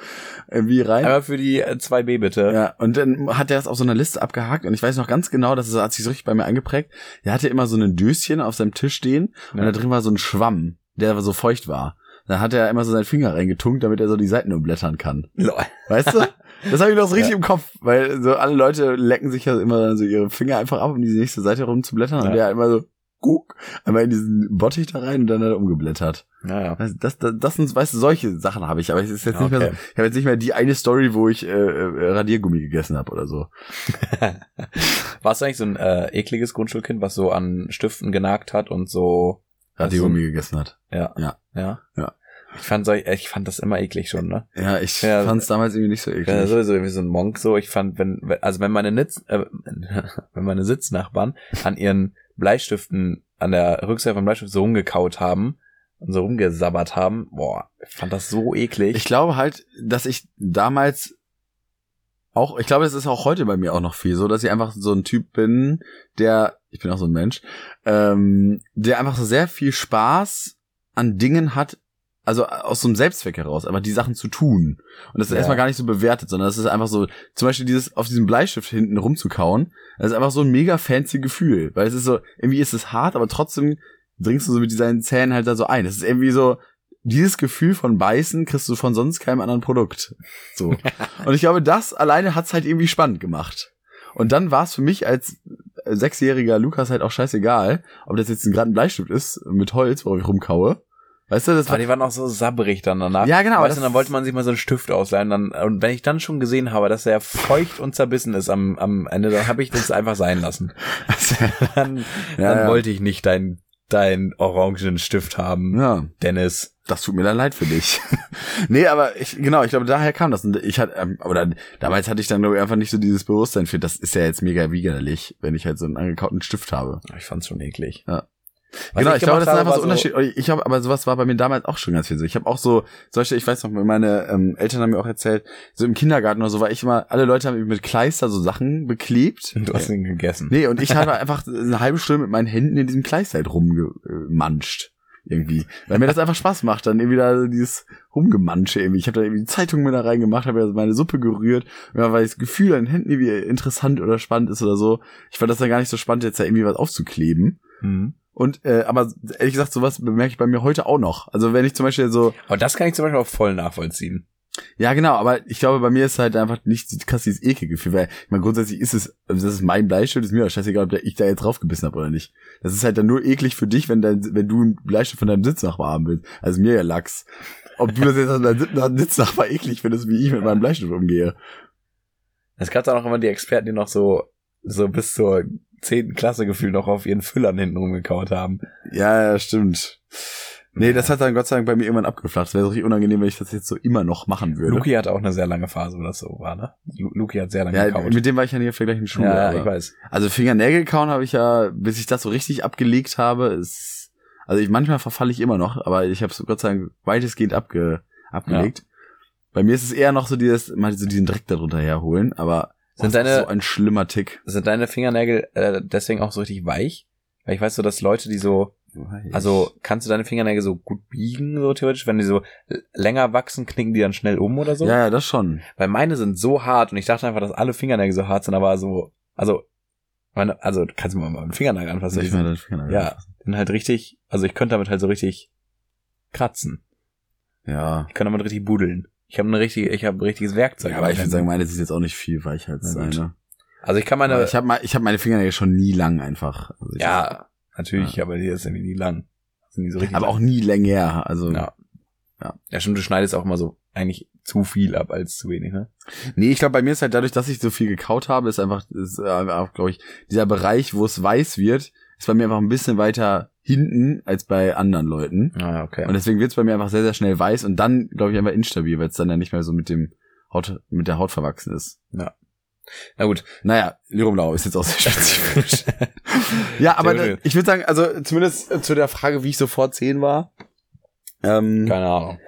A: irgendwie rein.
B: Einmal für die äh, 2B bitte.
A: ja, und dann hat er das auf so einer Liste abgehakt und ich weiß noch ganz genau, das ist- hat sich so richtig bei mir eingeprägt. Er hatte immer so ein Döschen auf seinem Tisch stehen und
B: Ja.
A: da drin war so ein Schwamm, der so feucht war. Da hat er immer so seinen Finger reingetunkt, damit er so die Seiten umblättern kann.
B: Lol.
A: Weißt du? Das habe ich noch so richtig im Kopf, weil so alle Leute lecken sich ja immer so ihre Finger einfach ab, um die nächste Seite rumzublättern.
B: Ja.
A: Und der hat immer so, guck, einmal in diesen Bottich da rein und dann hat er umgeblättert.
B: Naja.
A: Das, das, das, das sind, weißt du, solche Sachen habe ich, aber es ist jetzt nicht mehr
B: Okay.
A: so, ich habe jetzt nicht mehr die eine Story, wo ich äh, äh, Radiergummi gegessen habe oder so.
B: Warst du eigentlich so ein äh, ekliges Grundschulkind, was so an Stiften genagt hat und so,
A: Radiergummi gegessen hat.
B: ja?
A: Ja.
B: Ich fand, so, ich fand das immer eklig schon, ne?
A: Ja, ich
B: Ja,
A: fand es damals irgendwie nicht so eklig.
B: Ja, sowieso wie so ein Monk so. Ich fand, wenn, wenn- also wenn meine Nitz, äh, wenn meine Sitznachbarn an ihren Bleistiften, an der Rückseite vom Bleistift so rumgekaut haben und so rumgesabbert haben, boah, ich fand das so eklig.
A: Ich glaube halt, dass ich damals auch, ich glaube, das ist auch heute bei mir auch noch viel so, dass ich einfach so ein Typ bin, der, ich bin auch so ein Mensch, ähm, der einfach so sehr viel Spaß an Dingen hat, also aus so einem Selbstzweck heraus, aber die Sachen zu tun. Und das ist
B: Ja.
A: erstmal gar nicht so bewertet, sondern das ist einfach so, zum Beispiel dieses, auf diesem Bleistift hinten rumzukauen, das ist einfach so ein mega fancy Gefühl, weil es ist so, irgendwie ist es hart, aber trotzdem dringst du so mit deinen Zähnen halt da so ein. Das ist irgendwie so, dieses Gefühl von Beißen kriegst du von sonst keinem anderen Produkt. So. Und ich glaube, das alleine hat's halt irgendwie spannend gemacht. Und dann war's für mich als sechsjähriger Lukas halt auch scheißegal, ob das jetzt ein gerade ein Bleistift ist mit Holz, worauf ich rumkaue. Weißt du, das
B: aber
A: war
B: die waren auch so sabberig dann danach.
A: Ja, genau,
B: Weißt du,
A: das-
B: dann wollte man sich mal so einen Stift ausleihen. Dann, und wenn ich dann schon gesehen habe, dass er feucht und zerbissen ist am, am Ende, dann habe ich das einfach sein lassen. Dann,
A: Ja,
B: dann
A: ja.
B: wollte ich nicht dein, dein orangenen Stift haben,
A: ja,
B: Dennis.
A: das tut mir dann leid für dich. nee, aber ich, genau, ich glaube, daher kam das. Und ich hatte, ähm, aber dann, damals hatte ich dann, glaube ich, einfach nicht so dieses Bewusstsein für, das ist ja jetzt mega widerlich, wenn ich halt so einen angekauten Stift habe.
B: Ich fand's schon eklig.
A: Ja.
B: Was
A: genau, ich, glaube, das
B: gemacht
A: sind
B: habe,
A: einfach so
B: war
A: Unterschied. oh, Ich habe, aber sowas war bei mir damals auch schon ganz viel so. Ich habe auch so, zum Beispiel, ich weiß noch, meine ähm, Eltern haben mir auch erzählt, so im Kindergarten oder so war ich immer, alle Leute haben mit Kleister so Sachen beklebt.
B: Du hast ihn gegessen.
A: Nee, und ich habe einfach eine halbe Stunde mit meinen Händen in diesem Kleister halt rumgemanscht. Irgendwie. Weil mir das einfach Spaß macht, dann irgendwie da so dieses Rumgemansche irgendwie. Ich habe da irgendwie die Zeitung mit da reingemacht, habe ja meine Suppe gerührt, immer weil das Gefühl an den Händen irgendwie interessant oder spannend ist oder so. Ich fand das dann gar nicht so spannend, jetzt da irgendwie was aufzukleben.
B: Mhm.
A: Und äh, aber ehrlich gesagt, sowas bemerke ich bei mir heute auch noch. Also wenn ich zum Beispiel so,
B: Aber das kann ich zum Beispiel auch voll nachvollziehen.
A: ja genau, aber ich glaube, bei mir ist halt einfach nicht krass dieses Ekelgefühl, weil ich meine, grundsätzlich ist es, also das ist mein Bleistift, ist mir auch scheißegal, ob der- ich da jetzt draufgebissen habe oder nicht. Das ist halt dann nur eklig für dich, wenn dein, wenn du einen Bleistift von deinem Sitznachbar haben willst. Also mir ja Lachs. Ob du das jetzt an deinem Sitz- Sitznachbar eklig findest, wie ich mit meinem Bleistift umgehe.
B: Es gab dann auch immer die Experten, die noch so, so bis zur zehnten Klasse gefühlt noch auf ihren Füllern hinten rumgekaut haben.
A: Ja, ja, stimmt. Nee, das hat dann Gott sei Dank bei mir irgendwann abgeflacht. Es wäre so richtig unangenehm, wenn ich das jetzt so immer noch machen würde.
B: Luki hatte auch eine sehr lange Phase, wo das so war, ne? Lu Luki hat sehr lange
A: ja,
B: gekaut.
A: mit dem war ich ja nicht auf der gleichen Schule.
B: ja,
A: aber-
B: ich weiß.
A: Also Fingernägel kauen habe ich ja, bis ich das so richtig abgelegt habe, ist also ich manchmal verfalle ich immer noch, aber ich habe es Gott sei Dank weitestgehend abge, abgelegt. Bei mir ist es eher noch so dieses mal so diesen Dreck darunter herholen, aber
B: Sind
A: das ist
B: deine-
A: so ein schlimmer Tick.
B: Sind deine Fingernägel äh, deswegen auch so richtig weich? Weil ich weiß so, dass Leute, die so, also kannst du deine Fingernägel so gut biegen, so theoretisch, wenn die so l- länger wachsen, knicken die dann schnell um oder so?
A: ja, ja, das schon.
B: Weil meine sind so hart und ich dachte einfach, dass alle Fingernägel so hart sind, aber so, also, meine, also du kannst mal meinen Fingernagel anfassen.
A: Nicht mehr deine Fingernägel.
B: Also ja, dann halt richtig, also ich könnte damit halt so richtig kratzen.
A: ja.
B: Ich könnte damit richtig budeln. Ich habe ein richtig, ich habe ein richtiges Werkzeug.
A: Ja, aber ich würde
B: Händen.
A: sagen, meine sind jetzt auch nicht viel weicher als
B: Na gut.
A: seine.
B: also ich kann meine,
A: Aber ich habe mal, ich habe meine Fingernägel schon nie lang einfach. Also ich
B: ja, natürlich, aber die ist irgendwie nie lang. Sind die so richtig
A: aber
B: lang.
A: auch nie länger. Also
B: Ja.
A: Ja.
B: Ja, stimmt, du schneidest auch immer so eigentlich zu viel ab als zu wenig, ne?
A: Nee, ich glaube, bei mir ist halt dadurch, dass ich so viel gekaut habe, ist einfach, ist äh, auch, glaube ich, dieser Bereich, wo es weiß wird, ist bei mir einfach ein bisschen weiter hinten als bei anderen Leuten.
B: Ah, okay.
A: Und deswegen wird's bei mir einfach sehr, sehr schnell weiß und dann, glaube ich, einfach instabil, weil es dann ja nicht mehr so mit dem Haut, mit der Haut verwachsen ist.
B: Na gut.
A: Naja, Lirum Lau ist jetzt auch sehr spezifisch. ja, aber
B: Sehr
A: da,
B: gut.
A: ich würde sagen, also zumindest äh, zu der Frage, wie ich so vor zehn war. Ähm,
B: Keine Ahnung.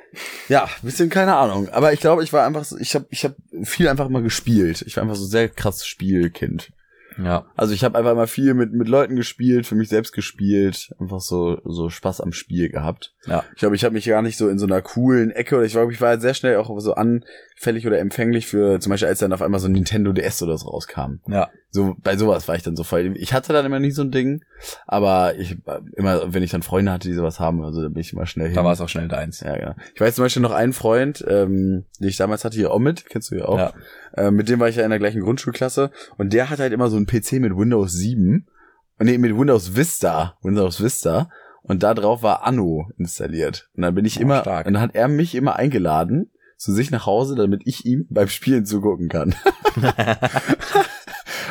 A: ja, bisschen keine Ahnung. Aber ich glaube, ich war einfach so, ich habe ich hab viel einfach mal gespielt. Ich war einfach so sehr krass Spielkind.
B: Ja.
A: Also ich habe einfach mal viel mit, mit Leuten gespielt, für mich selbst gespielt, einfach so, so Spaß am Spiel gehabt.
B: Ja.
A: Ich glaube, ich habe mich gar nicht so in so einer coolen Ecke oder ich glaube, ich war halt sehr schnell auch so anfällig oder empfänglich für, zum Beispiel als dann auf einmal so ein Nintendo DS oder so rauskam.
B: Ja.
A: So, bei sowas war ich dann so voll. Ich hatte dann immer nie so ein Ding, aber ich immer, wenn ich dann Freunde hatte, die sowas haben, also da bin ich immer schnell hin.
B: Da war es auch schnell deins.
A: Ja, genau. Ich weiß zum Beispiel noch einen Freund, ähm, den ich damals hatte, hier Omid, kennst du ja auch.
B: Ja.
A: Äh, mit dem war ich ja in der gleichen Grundschulklasse und der hatte halt immer so einen PC mit Windows 7. Und nee, mit Windows Vista. Windows Vista. Und da drauf war Anno installiert. Und dann bin ich
B: Oh,
A: immer,
B: stark.
A: und dann hat er mich immer eingeladen zu sich nach Hause, damit ich ihm beim Spielen zugucken kann.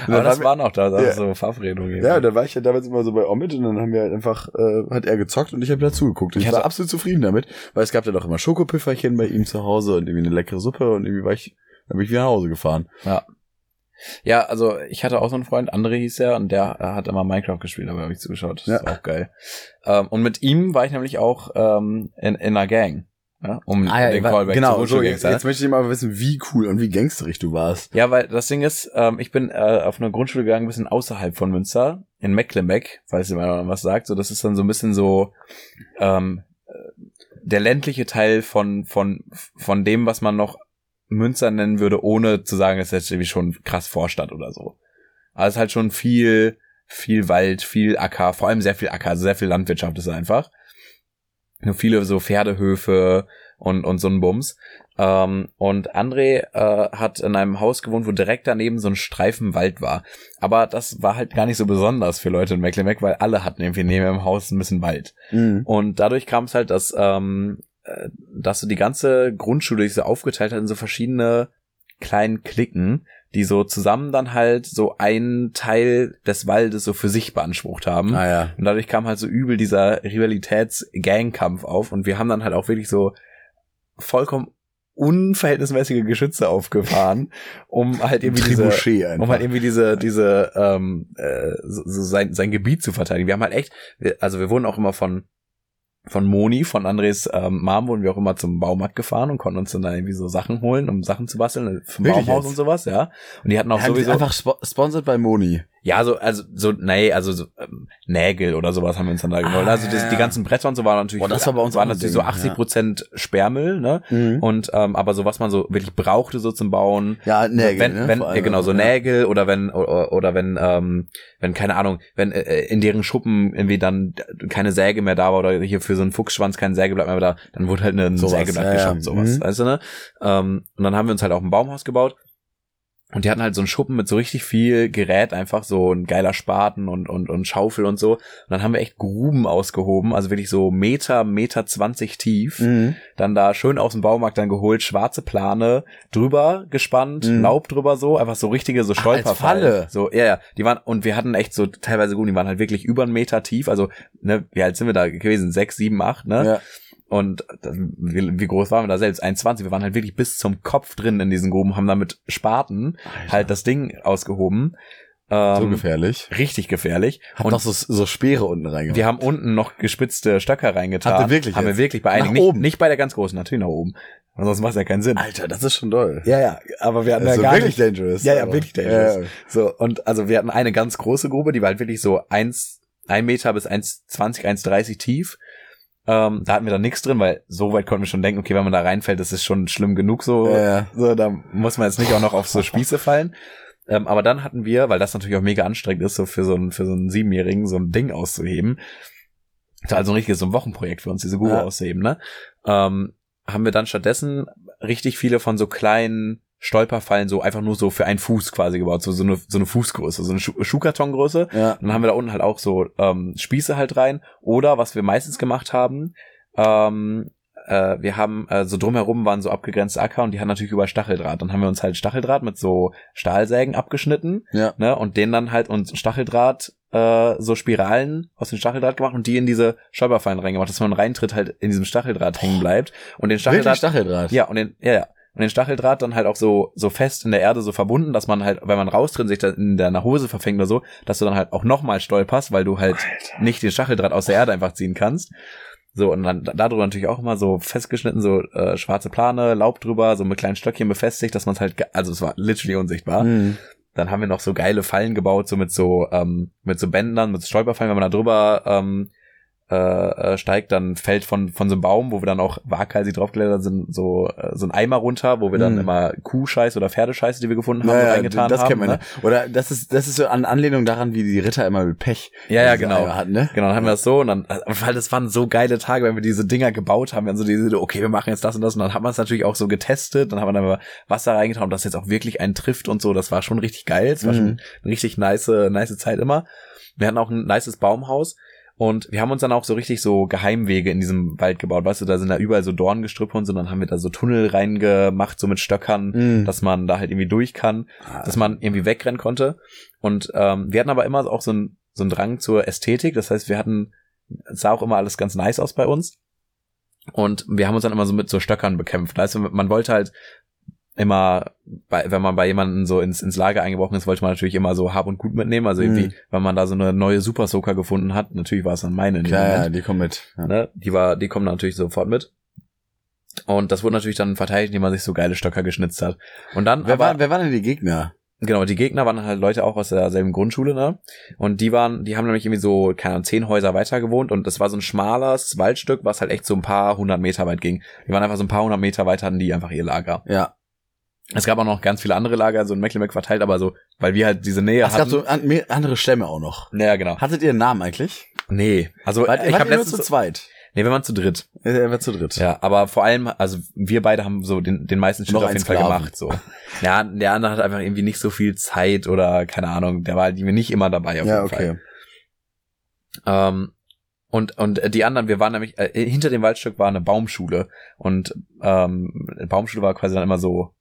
A: Und
B: Aber
A: dann
B: das
A: haben
B: waren auch da, da
A: Ja.
B: so Verabredungen.
A: wir- ja, und da war ich ja damals immer so bei Omid und dann haben wir halt einfach, äh, hat er gezockt und ich habe dazugeguckt. Und
B: Ich
A: ich
B: hatte-
A: war absolut zufrieden damit, weil es gab dann auch immer Schokopüfferchen bei ihm zu Hause und irgendwie eine leckere Suppe und irgendwie war ich, dann bin ich wieder nach Hause gefahren.
B: Ja, also ich hatte auch so einen Freund, André hieß er, und der äh, hat immer Minecraft gespielt, aber habe ich zugeschaut. Das ist auch geil. Ähm, und mit ihm war ich nämlich auch ähm, in, in einer Gang. Ja, um den Callback zu
A: genau,
B: Hochschul
A: so,
B: Gangs,
A: jetzt,
B: ne?
A: jetzt möchte ich mal wissen, wie cool und wie gangsterig du warst.
B: Ja, weil das Ding ist, ähm, ich bin äh, auf eine Grundschule gegangen, ein bisschen außerhalb von Münster, in Mecklenbeck, falls jemand noch was sagt. So, das ist dann so ein bisschen so ähm, äh, der ländliche Teil von, von, von dem, was man noch Münster nennen würde, ohne zu sagen, es ist jetzt irgendwie schon krass Vorstadt oder so. Aber es ist halt schon viel, viel Wald, viel Acker, vor allem sehr viel Acker, also sehr viel Landwirtschaft ist einfach. Nur viele so Pferdehöfe und, und so ein Bums. Ähm, und André äh, hat in einem Haus gewohnt, wo direkt daneben so ein Streifen Wald war. Aber das war halt gar nicht so besonders für Leute in Mecklenburg, weil alle hatten irgendwie neben im Haus ein bisschen Wald.
A: Mhm.
B: Und dadurch kam es halt, dass, ähm, äh, dass so die ganze Grundschule sich so aufgeteilt hat in so verschiedene kleinen Klicken, die so zusammen dann halt so einen Teil des Waldes so für sich beansprucht haben.
A: Naja.
B: Und dadurch kam halt so übel dieser Rivalitäts-Gang-Kampf auf und wir haben dann halt auch wirklich so vollkommen unverhältnismäßige Geschütze aufgefahren, um halt irgendwie diese,
A: Trebuchet einfach.
B: um halt irgendwie diese, diese, ähm, äh, so, so sein, sein Gebiet zu verteidigen. Wir haben halt echt, wir- also wir wurden auch immer von, von Moni, von Andres ähm, Mom wurden wir auch immer zum Baumarkt gefahren und konnten uns dann da irgendwie so Sachen holen, um Sachen zu basteln, vom
A: Wirklich
B: Baumhaus
A: jetzt?
B: und sowas, ja. Und die hatten auch
A: Haben die
B: sowieso.
A: einfach spo sponsored bei Moni.
B: Ja, so, also, so, nee, also, so, ähm, Nägel oder sowas haben wir uns dann da geholt.
A: Ah,
B: also, das,
A: ja.
B: die ganzen Bretter und so waren natürlich,
A: Boah, das war bei uns
B: waren
A: auch ein
B: natürlich
A: Ding,
B: so 80 Prozent Sperrmüll, ne?
A: Mhm.
B: Und, ähm, aber so, was man so wirklich brauchte, so zum Bauen.
A: Ja, Nägel,
B: wenn,
A: ne?
B: wenn,
A: vor allem.
B: ja, genau, so
A: Ja.
B: Nägel oder wenn, oder, oder wenn, ähm, wenn, keine Ahnung, wenn äh, in deren Schuppen irgendwie dann keine Säge mehr da war oder hier für so einen Fuchsschwanz kein Sägeblatt mehr da, dann wurde halt eine
A: Sowas,
B: Sägeblatt
A: ja, ja.
B: geschafft, sowas,
A: Mhm.
B: weißt du, ne? Ähm, und dann haben wir uns halt auch ein Baumhaus gebaut und die hatten halt so einen Schuppen mit so richtig viel Gerät, einfach so ein geiler Spaten und, und, und Schaufel und so. Und dann haben wir echt Gruben ausgehoben, also wirklich so Meter, Meter 20 tief
A: Mhm.
B: dann da schön aus dem Baumarkt dann geholt, schwarze Plane drüber gespannt,
A: Mhm.
B: Laub drüber so, einfach so richtige so Stolperfallen.
A: Falle.
B: So, ja, ja, die waren und wir hatten echt so teilweise gut, die waren halt wirklich über einen Meter tief, also ne, wie alt sind wir da gewesen? Sechs, sieben, acht, ne?
A: Ja.
B: Und das, wie, wie groß waren wir da selbst? 1,20. Wir waren halt wirklich bis zum Kopf drin in diesen Gruben, haben da mit Spaten halt das Ding ausgehoben. Ähm,
A: So gefährlich.
B: Richtig gefährlich.
A: Hat
B: Und-
A: noch so, so Speere unten reingemacht.
B: wir haben unten noch gespitzte Stöcker reingetan.
A: Habt ihr wirklich
B: Haben wir
A: jetzt?
B: wirklich bei einigen.
A: Nach
B: nicht,
A: oben?
B: nicht bei der ganz großen, natürlich nach oben. Ansonsten macht es ja keinen Sinn.
A: Alter, das ist schon doll.
B: Ja, ja, aber wir hatten
A: Also
B: ja gar
A: wirklich
B: nicht.
A: dangerous.
B: Ja, ja,
A: aber-
B: wirklich dangerous. So, und also wir hatten eine ganz große Grube, die war halt wirklich so eins, ein Meter bis 1,20, 1,30 tief. Ähm, da hatten wir dann nichts drin, weil so weit konnten wir schon denken, okay, wenn man da reinfällt, das ist schon schlimm genug so.
A: Ja, ja.
B: So, da muss man jetzt nicht auch noch auf so Spieße fallen. Ähm, aber dann hatten wir, weil das natürlich auch mega anstrengend ist, so für so einen, für so einen Siebenjährigen so ein Ding auszuheben. Das war also ein richtiges so ein Wochenprojekt für uns, diese Guru
A: Ja.
B: auszuheben, ne? Ähm, haben wir dann stattdessen richtig viele von so kleinen Stolperfallen so einfach nur so für einen Fuß quasi gebaut, so, so eine, so eine Fußgröße, so eine Schuh Schuhkartongröße.
A: Ja.
B: Und dann haben wir da unten halt auch so ähm, Spieße halt rein. Oder was wir meistens gemacht haben, ähm, äh, wir haben äh, so drumherum waren so abgegrenzte Acker und die hatten natürlich über Stacheldraht. Dann haben wir uns halt Stacheldraht mit so Stahlsägen abgeschnitten
A: Ja.
B: ne, und den dann halt und Stacheldraht äh, so Spiralen aus dem Stacheldraht gemacht und die in diese Schäuberfallen reingemacht, dass wenn man reintritt halt in diesem Stacheldraht hängen bleibt und den
A: Wirklich
B: Stacheldraht
A: Stacheldraht.
B: ja, und den, ja, ja. Und den Stacheldraht dann halt auch so, so fest in der Erde so verbunden, dass man halt, wenn man raustritt, sich dann in deiner Hose verfängt oder so, dass du dann halt auch nochmal stolperst, weil du halt nicht den Stacheldraht aus der Erde einfach ziehen kannst. So, und dann da- darüber natürlich auch immer so festgeschnitten, so äh, schwarze Plane, Laub drüber, so mit kleinen Stöckchen befestigt, dass man es halt, ge- also es war literally unsichtbar.
A: Mhm.
B: Dann haben wir noch so geile Fallen gebaut, so mit so, ähm, mit so Bändern, mit so Stolperfallen, wenn man da drüber ähm, äh, äh, steigt, dann fällt von, von so einem Baum, wo wir dann auch waghalsig draufgeklettert sind, so, äh, so ein Eimer runter, wo wir dann
A: Mhm.
B: immer Kuhscheiße oder Pferdescheiße, die wir gefunden haben,
A: ja,
B: reingetan
A: das
B: haben.
A: kennt man.
B: ne?
A: Ne? Oder das ist das ist so an Anlehnung daran, wie die Ritter immer mit Pech.
B: Ja, ja,
A: diese
B: genau.
A: Eimer Hatten, ne?
B: Genau, dann haben wir das so und dann, weil das waren so geile Tage, wenn wir diese Dinger gebaut haben, wir haben so diese, okay, wir machen jetzt das und das und dann haben wir es natürlich auch so getestet, dann haben wir dann aber Wasser reingetan, ob das jetzt auch wirklich einen trifft und so, das war schon richtig geil, es war
A: Mhm.
B: schon eine richtig nice, nice Zeit immer. Wir hatten auch ein nices Baumhaus und wir haben uns dann auch so richtig so Geheimwege in diesem Wald gebaut, weißt du, da sind da überall so Dorngestrüppe und so, dann haben wir da so Tunnel reingemacht, so mit Stöckern,
A: Mhm. Ah,
B: dass man da halt irgendwie durch kann dass man irgendwie wegrennen konnte. Und ähm, wir hatten aber immer auch so einen so einen Drang zur Ästhetik. Das heißt, wir hatten, es sah auch immer alles ganz nice aus bei uns. Und wir haben uns dann immer so mit so Stöckern bekämpft. Also man wollte halt immer, bei, wenn man bei jemandem so ins, ins Lager eingebrochen ist, wollte man natürlich immer so Hab und Gut mitnehmen. Also irgendwie,
A: Mhm.
B: wenn man da so eine neue Super Soaker gefunden hat, natürlich war es dann meine. in dem
A: Klar,
B: Moment
A: ja, die kommen mit. Ja.
B: ne? Die war, die kommen natürlich sofort mit. Und das wurde natürlich dann verteidigt, indem man sich so geile Stöcker geschnitzt hat. Und dann,
A: Wer,
B: aber,
A: war, wer waren denn die Gegner?
B: genau, die Gegner waren halt Leute auch aus derselben Grundschule, ne? Und die waren, die haben nämlich irgendwie so, keine Ahnung, zehn Häuser weiter gewohnt und das war so ein schmales Waldstück, was halt echt so ein paar hundert Meter weit ging. Die waren einfach so ein paar hundert Meter weit, hatten die einfach ihr Lager.
A: Ja.
B: Es gab auch noch ganz viele andere Lager, so in Mecklenburg verteilt, aber so, weil wir halt diese Nähe
A: Ach, es gab
B: hatten.
A: so an, mehr- andere Stämme auch noch.
B: naja, genau.
A: Hattet ihr einen Namen eigentlich?
B: Nee, also
A: Wart,
B: ich
A: wart
B: habe
A: ihr nur
B: letztens
A: zu
B: so,
A: zweit?
B: Nee, wir waren zu dritt.
A: Äh, Er war zu dritt.
B: Ja, aber vor allem, also wir beide haben so den, den meisten Shit
A: Noch
B: auf
A: ein
B: jeden Fall
A: Sklaven.
B: gemacht. So. Ja, der andere hat einfach irgendwie nicht so viel Zeit oder keine Ahnung, der war halt irgendwie nicht immer dabei auf
A: Ja,
B: jeden Fall.
A: okay.
B: Ähm, und, und äh, die anderen, wir waren nämlich, äh, hinter dem Waldstück war eine Baumschule. Und ähm, Baumschule war quasi dann immer so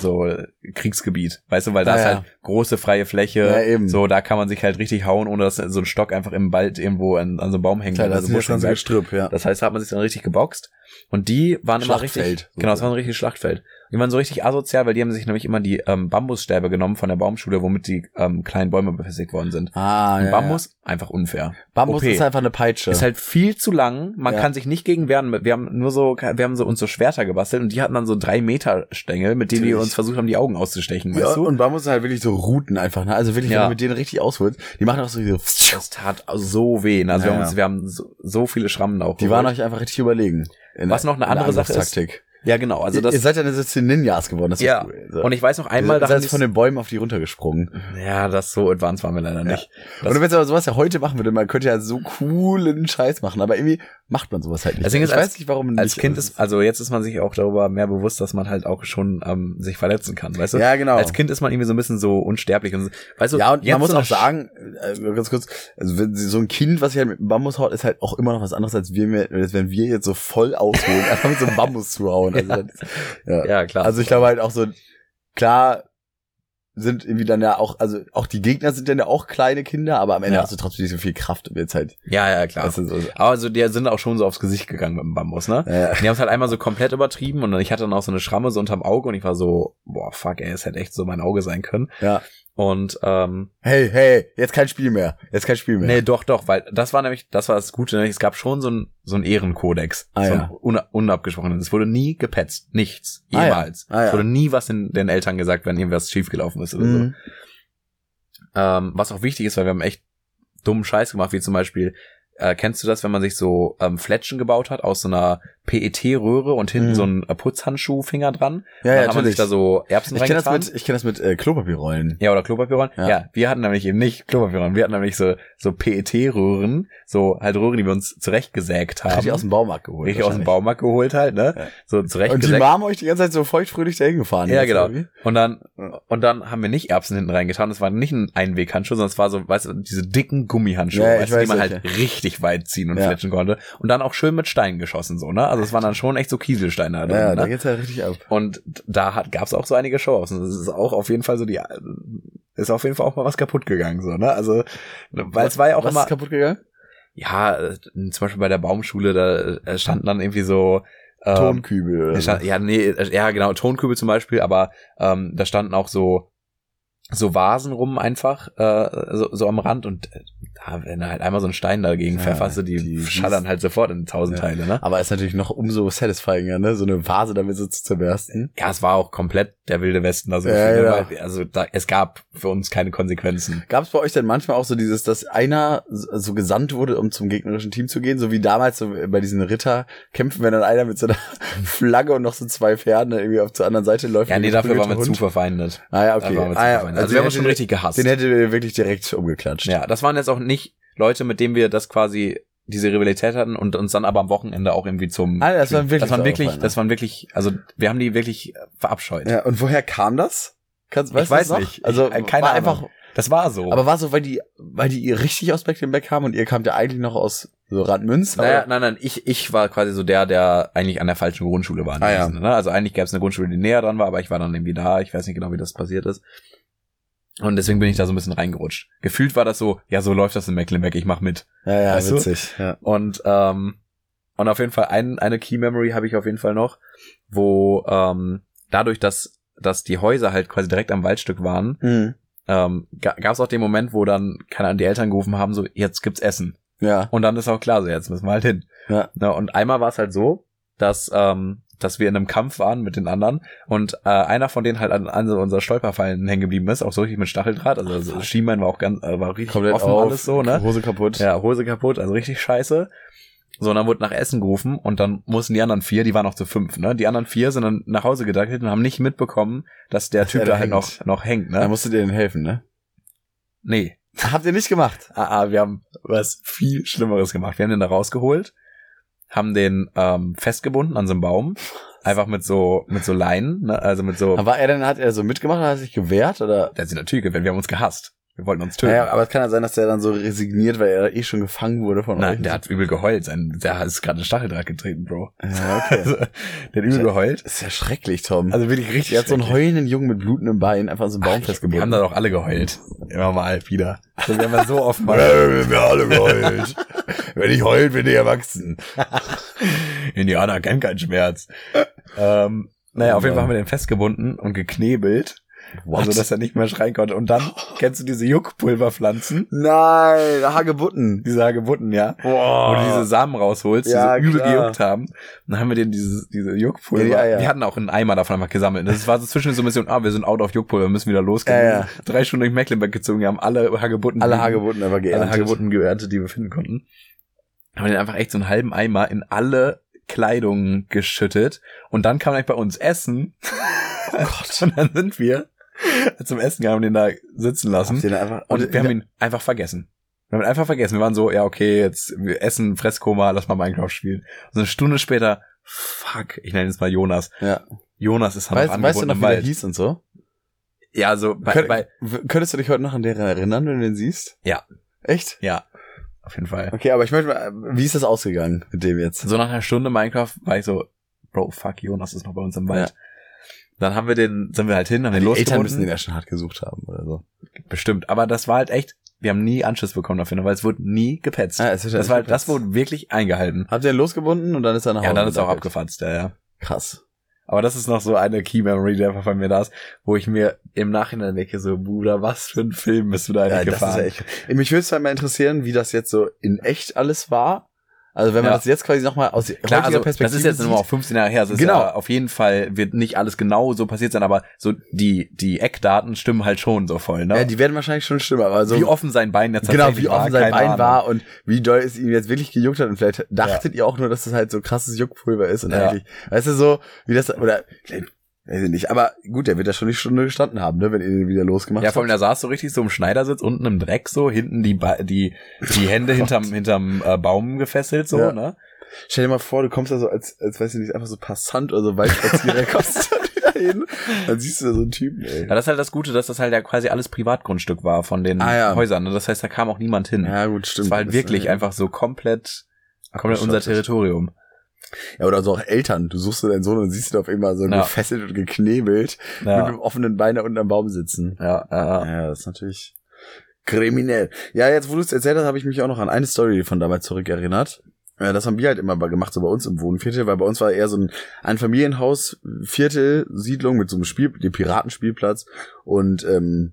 B: so äh, Kriegsgebiet, weißt du, weil da
A: Ah,
B: ist
A: ja.
B: halt große freie Fläche,
A: Ja, eben.
B: so da kann man sich halt richtig hauen, ohne dass so ein Stock einfach im Wald irgendwo an, an so einem Baum hängt.
A: Klar,
B: oder
A: da
B: so
A: ist das
B: Busch
A: ganze
B: hängt.
A: Gestrüpp, ja.
B: Das heißt, da hat man sich dann richtig geboxt. Und die waren immer richtig.
A: Schlachtfeld,
B: Genau, es
A: sozusagen.
B: war ein richtiges Schlachtfeld. Die waren so richtig asozial, weil die haben sich nämlich immer die ähm, Bambusstäbe genommen von der Baumschule, womit die ähm, kleinen Bäume befestigt worden sind.
A: Ah,
B: Und
A: ja,
B: Bambus, einfach unfair.
A: ja. Bambus
B: OP.
A: ist einfach eine Peitsche.
B: Ist halt viel zu lang, man
A: Ja.
B: kann sich nicht gegen wehren. Wir haben nur so, wir haben so uns so Schwerter gebastelt und die hatten dann so drei Meter Stängel, mit denen wir
A: Natürlich.
B: uns versucht haben, die Augen auszustechen,
A: ja,
B: weißt du?
A: und Bambus sind halt wirklich so Routen einfach, ne? Also wirklich,
B: Ja.
A: wenn du mit denen richtig ausholst, die machen auch so diese
B: Das tat so weh. Also wir
A: Ja,
B: haben,
A: ja.
B: uns, wir haben so, so viele Schrammen auch.
A: Die waren euch einfach richtig überlegen. In
B: Was
A: der-
B: noch eine
A: in der
B: andere Sache ist,
A: Angriffstaktik.
B: Ja, genau. Also
A: ihr
B: das.
A: seid ja jetzt zu den Ninjas geworden, das ist
B: Ja.
A: cool. So.
B: Und ich weiß noch einmal,
A: ihr
B: da
A: seid
B: haben
A: von
B: die-
A: den Bäumen auf die runtergesprungen.
B: ja, das so advanced waren wir leider nicht.
A: und wenn es aber sowas ja heute machen würde, man könnte ja so coolen Scheiß machen, aber irgendwie macht man sowas halt nicht.
B: Deswegen
A: ich
B: ist als-
A: weiß nicht, warum
B: als
A: nicht.
B: Kind ist, also jetzt ist man sich auch darüber mehr bewusst, dass man halt auch schon ähm, sich verletzen kann, weißt du?
A: Ja, genau.
B: Als Kind ist man irgendwie so ein bisschen so unsterblich und so, weißt du,
A: ja, und
B: jetzt
A: man muss
B: so eine
A: auch sagen, äh, ganz kurz, also wenn sie- so ein Kind, was sich halt mit einem Bambus haut, ist halt auch immer noch was anderes, als wir mir, als wenn wir jetzt so voll ausholen, einfach mit so einem Bambus zuhauen. Also, das-
B: Sch- ja, klar.
A: also ich glaube halt auch so, klar sind irgendwie dann ja auch, also auch die Gegner sind dann ja auch kleine Kinder, aber am Ende
B: Ja.
A: hast du trotzdem nicht so viel Kraft und jetzt halt,
B: ja, ja, klar.
A: weißt du, so,
B: aber so, die sind auch schon so aufs Gesicht gegangen mit dem Bambus, ne?
A: äh,
B: Die haben es halt einmal so komplett übertrieben und dann- ich hatte dann auch so eine Schramme so unterm Auge und ich war so, boah, fuck, ey, es hätte echt so mein Auge sein können.
A: ja.
B: Und ähm,
A: Hey, hey, jetzt kein Spiel mehr, jetzt kein Spiel mehr.
B: Nee, doch, doch, weil das war nämlich, das war das Gute, nämlich es gab schon so einen so einen Ehrenkodex,
A: Ah,
B: so
A: ja.
B: einen una- unabgesprochenen. Es wurde nie gepetzt, nichts,
A: Ah, ja.
B: jemals.
A: Ah, ja.
B: Es wurde nie was den, den Eltern gesagt, wenn irgendwas schiefgelaufen ist oder so.
A: Mhm.
B: Ähm, was auch wichtig ist, weil wir haben echt dummen Scheiß gemacht, wie zum Beispiel, äh, kennst du das, wenn man sich so ähm, Fletschen gebaut hat aus so einer PET-Röhre und hinten
A: Mhm.
B: so ein äh, Putzhandschuhfinger dran?
A: Ja,
B: dann
A: ja,
B: hat man
A: natürlich.
B: sich da so Erbsen
A: ich kenne das
B: reingetan.
A: mit, ich kenne das mit äh, Klopapierrollen.
B: Ja, oder Klopapierrollen. Ja.
A: Ja.
B: wir hatten nämlich eben nicht Klopapierrollen, wir hatten nämlich so, so PET-Röhren, so halt Röhren, die wir uns zurechtgesägt haben.
A: Richtig aus dem Baumarkt geholt.
B: Richtig aus dem
A: wahrscheinlich.
B: Baumarkt geholt halt, ne?
A: Ja.
B: So
A: Und die
B: zurechtgesägt.
A: Mom euch die ganze Zeit so feuchtfröhlich dahin gefahren.
B: Ja,
A: jetzt
B: genau.
A: irgendwie.
B: Und dann, und dann haben wir nicht Erbsen hinten reingetan, das war nicht ein Einweghandschuh, sondern es war so, weißt du, diese dicken Gummihandschuhe,
A: Ja, ich
B: weißt du, die
A: weiß
B: man halt
A: welche.
B: richtig wirklich weit ziehen und
A: Ja.
B: fletschen konnte. Und dann auch schön mit Steinen geschossen, so, ne? Also es waren dann schon echt so Kieselsteine da drin.
A: Ja, da
B: ne?
A: geht's ja richtig ab.
B: Und da hat, gab's auch so einige Shows. Und es ist auch auf jeden Fall so die, ist auf jeden Fall auch mal was kaputt gegangen, so, ne? Also, weil es war ja auch
A: Was
B: immer,
A: ist kaputt gegangen?
B: ja, äh, zum Beispiel bei der Baumschule, da äh, standen dann irgendwie so, ähm,
A: Tonkübel. oder
B: da stand, ja, nee, äh, ja, genau, Tonkübel zum Beispiel, aber ähm, da standen auch so, so Vasen rum einfach, äh, so, so am Rand und äh, da, wenn du halt einmal so einen Stein dagegen
A: Ja,
B: pfefferst, du, die,
A: die-
B: schallern halt sofort in tausend
A: Ja.
B: Teile, ne?
A: Aber ist natürlich noch umso satisfyingiger, ne? So eine Vase damit so zu zerbersten.
B: Ja, es war auch komplett der wilde Westen. Also,
A: Ja,
B: viele,
A: ja.
B: weil- also da, es gab für uns keine Konsequenzen.
A: Gab es bei euch denn manchmal auch so dieses, dass einer so so gesandt wurde, um zum gegnerischen Team zu gehen, so wie damals so bei diesen Ritterkämpfen, wenn dann einer mit so einer Flagge und noch so zwei Pferden irgendwie auf zur anderen Seite läuft?
B: Ja,
A: und
B: nee, dafür waren wir
A: geprügelter
B: zu
A: Hund?
B: verfeindet.
A: Ah ja,
B: Dafür
A: okay.
B: waren wir zu
A: Ah, ja.
B: verfeindet. Also wir haben uns schon
A: hätte-
B: richtig gehasst.
A: Den hätte wir wirklich direkt umgeklatscht.
B: Ja, das waren jetzt auch nicht Leute, mit denen wir das quasi diese Rivalität hatten und uns dann aber am Wochenende auch irgendwie zum.
A: Ah, das waren wirklich
B: das waren
A: so
B: wirklich,
A: Feinde.
B: das waren wirklich, also wir haben die wirklich äh, verabscheut.
A: Ja, und woher kam das? Kannst, weißt
B: ich
A: du das
B: weiß
A: noch?
B: nicht.
A: Also
B: ich, äh, keine
A: war
B: Ahnung. Oh.
A: einfach.
B: Das war so.
A: Aber war so, weil die, weil die ihr richtig aus Mecklenburg kamen und ihr kamt ja eigentlich noch aus so Radmünz.
B: Naja, nein, nein, ich, ich war quasi so der, der eigentlich an der falschen Grundschule war. in
A: Ah, ja.
B: dem Sinne, ne? Also eigentlich gab es eine Grundschule, die näher dran war, aber ich war dann irgendwie da. Ich weiß nicht genau, wie das passiert ist. Und deswegen bin ich da so ein bisschen reingerutscht. Gefühlt war das so, ja, so läuft das in Mecklenburg, ich mach mit.
A: ja, ja,
B: Weißt du?
A: witzig. Ja.
B: Und, ähm, und auf jeden Fall ein, eine Key Memory habe ich auf jeden Fall noch, wo ähm, dadurch, dass, dass die Häuser halt quasi direkt am Waldstück waren,
A: Mhm.
B: ähm, ga, gab es auch den Moment, wo dann, keine Ahnung, die Eltern gerufen haben, so, jetzt gibt's Essen.
A: ja.
B: Und dann ist auch klar, so jetzt müssen wir halt hin.
A: Ja.
B: Ne, und einmal war es halt so, dass, ähm, dass wir in einem Kampf waren mit den anderen und äh, einer von denen halt an, an so unserer Stolperfallen hängen geblieben ist, auch so richtig mit Stacheldraht. Also, also Schiemann war auch ganz, äh, war richtig
A: Komplett
B: offen
A: auf,
B: alles so, ne?
A: Hose kaputt.
B: Ja, Hose kaputt, also richtig scheiße. So, und dann wurde nach Essen gerufen und dann mussten die anderen vier, die waren noch zu fünf, ne? Die anderen vier sind dann nach Hause gedackelt und haben nicht mitbekommen, dass der Typ
A: er
B: da
A: da
B: halt
A: hängt.
B: noch, noch hängt,
A: Da
B: ne?
A: musstet ihr denen helfen, ne?
B: Nee.
A: Habt ihr nicht gemacht?
B: Ah, ah, wir haben was viel Schlimmeres gemacht. Wir haben den da rausgeholt, haben den ähm, festgebunden an so einem Baum, einfach mit so mit so Leinen, ne? also mit so.
A: Aber war er denn, hat er so mitgemacht oder hat er sich gewehrt oder?
B: Der hat sich natürlich gewählt. Wir haben uns gehasst. Wir wollten uns töten.
A: Naja, aber es kann ja sein, dass der dann so resigniert, weil er eh schon gefangen wurde von euch.
B: Nein, der hat übel geheult. Sein, der ist gerade in Stacheldraht getreten, Bro.
A: ja, okay.
B: Also, der hat übel geheult.
A: ist ja schrecklich, Tom.
B: Also wirklich richtig.
A: er hat so einen heulenden Jungen mit blutendem Bein einfach an so einen Baum
B: Wir haben
A: festgebunden.
B: da doch alle geheult. Immer mal wieder. So, wir haben ja so oft mal
A: haben wir alle geheult. Wenn ich heult, bin ich erwachsen.
B: Indianer kennen keinen Schmerz. ähm, naja, auf jeden Fall haben wir den festgebunden und geknebelt.
A: What?
B: Also, dass er nicht mehr schreien konnte. Und dann kennst du diese Juckpulverpflanzen,
A: Nein, Hagebutten.
B: diese Hagebutten, ja, wo du diese
A: Boah.
B: Samen rausholst,
A: Oh. Ja,
B: die so übel
A: klar.
B: gejuckt haben. Und dann haben wir denen dieses, diese Juckpulver.
A: Ja, ja, ja.
B: Wir hatten auch einen Eimer davon einfach gesammelt. Das war so zwischen so ein bisschen, ah, wir sind out of Juckpulver, wir müssen wieder losgehen.
A: Ja,
B: Wir
A: ja.
B: sind Drei Stunden durch Mecklenburg gezogen, wir haben alle Hagebutten.
A: Alle Hagebutten aber
B: alle
A: geerntet.
B: Hagebutten geerntet, die wir finden konnten. Haben wir dann einfach echt so einen halben Eimer in alle Kleidungen geschüttet. Und dann kam eigentlich bei uns Essen. Oh Gott. Und dann sind wir zum Essen gegangen und den da sitzen lassen.
A: Habt ihr dann einfach,
B: Und wir haben ihn einfach vergessen. Wir haben ihn einfach vergessen. Wir waren so, ja, okay, jetzt wir essen, Fresskoma, lass mal Minecraft spielen. Und so eine Stunde später, fuck, ich nenne jetzt mal Jonas.
A: Ja.
B: Jonas ist dann
A: weißt, weißt du
B: angebunden
A: noch,
B: im
A: wie der
B: Wald.
A: hieß und so?
B: Ja, so bei,
A: Könnt-
B: bei,
A: w- könntest du dich heute noch an deren erinnern, wenn du den siehst?
B: Ja.
A: Echt?
B: ja, auf jeden Fall.
A: Okay, aber ich möchte mal, wie ist das ausgegangen mit dem jetzt?
B: So nach einer Stunde Minecraft war ich so, Bro, fuck, Jonas ist noch bei uns im Wald. Dann haben wir den, sind wir halt hin, haben den
A: Die Eltern müssen den
B: losgebunden.
A: ja schon hart gesucht haben oder so.
B: Bestimmt. Aber das war halt echt, wir haben nie Anschiss bekommen dafür, ne, weil es wurde nie gepetzt.
A: Ah, es wird
B: das war, halt, das wurde wirklich eingehalten.
A: Habt ihr ihn losgebunden und dann ist er nach Hause?
B: Ja, dann ist er auch
A: gedackelt.
B: abgefatzt, ja, ja.
A: Krass.
B: Aber das ist noch so eine Key Memory, die einfach bei mir da ist, wo ich mir im Nachhinein denke, so, Bruder, was für ein Film bist du da eigentlich
A: Ja, Äh, das ist
B: gefahren?
A: ja echt. Ey, Mich würde es halt mal interessieren, wie das jetzt so in echt alles war. Also wenn man
B: Ja.
A: das jetzt quasi nochmal aus
B: Klar,
A: heutiger
B: also,
A: Perspektive
B: das ist jetzt
A: sieht,
B: nur auch 15 Jahre her. Also es
A: Genau.
B: Ist ja, auf jeden Fall wird nicht alles genau so passiert sein, aber so die, die Eckdaten stimmen halt schon so voll, ne?
A: Ja, die werden wahrscheinlich schon schlimmer, aber so
B: wie offen sein Bein jetzt
A: genau, wie
B: tatsächlich war.
A: offen sein
B: keine
A: Bein
B: Ahnung.
A: war und wie doll es ihn jetzt wirklich gejuckt hat und vielleicht dachtet ihr auch nur, dass es halt so krasses Juckpulver ist und
B: Ja.
A: eigentlich, weißt du, so, wie das, oder, vielleicht, weiß ich nicht, aber gut, der wird da schon die Stunde gestanden haben, ne, wenn ihr den wieder losgemacht
B: Ja,
A: habt.
B: vor allem, da saß so richtig so im Schneidersitz, unten im Dreck so, hinten die, Ba- die, die Hände hinterm, hinterm äh, Baum gefesselt so,
A: Ja.
B: ne?
A: Stell dir mal vor, du kommst da so als, als weiß ich nicht, einfach so Passant oder so Waldspazierer, kommst du da wieder dahin. Dann siehst du da so einen Typen, ey.
B: Ja, das ist halt das Gute, dass das halt ja quasi alles Privatgrundstück war von den
A: Ah, ja.
B: Häusern. ne? Das heißt, da kam auch niemand hin.
A: Ja, gut, stimmt.
B: das war halt
A: Das,
B: wirklich
A: äh,
B: einfach so komplett, komplett unser
A: Abgeschottet.
B: Territorium.
A: Ja, oder so auch Eltern. Du suchst dir deinen Sohn und siehst ihn auf einmal so
B: Ja.
A: gefesselt und geknebelt mit
B: Ja,
A: einem offenen Bein da unten am Baum sitzen.
B: ja, ja.
A: Ja, das ist natürlich kriminell. Ja, jetzt, wo du es erzählt hast, habe ich mich auch noch an eine Story von damals zurückerinnert. Ja, Das haben wir halt immer bei- gemacht, so bei uns im Wohnviertel, weil bei uns war eher so ein Einfamilienhaus, Viertel, Siedlung mit so einem Spiel, dem Piratenspielplatz und ähm,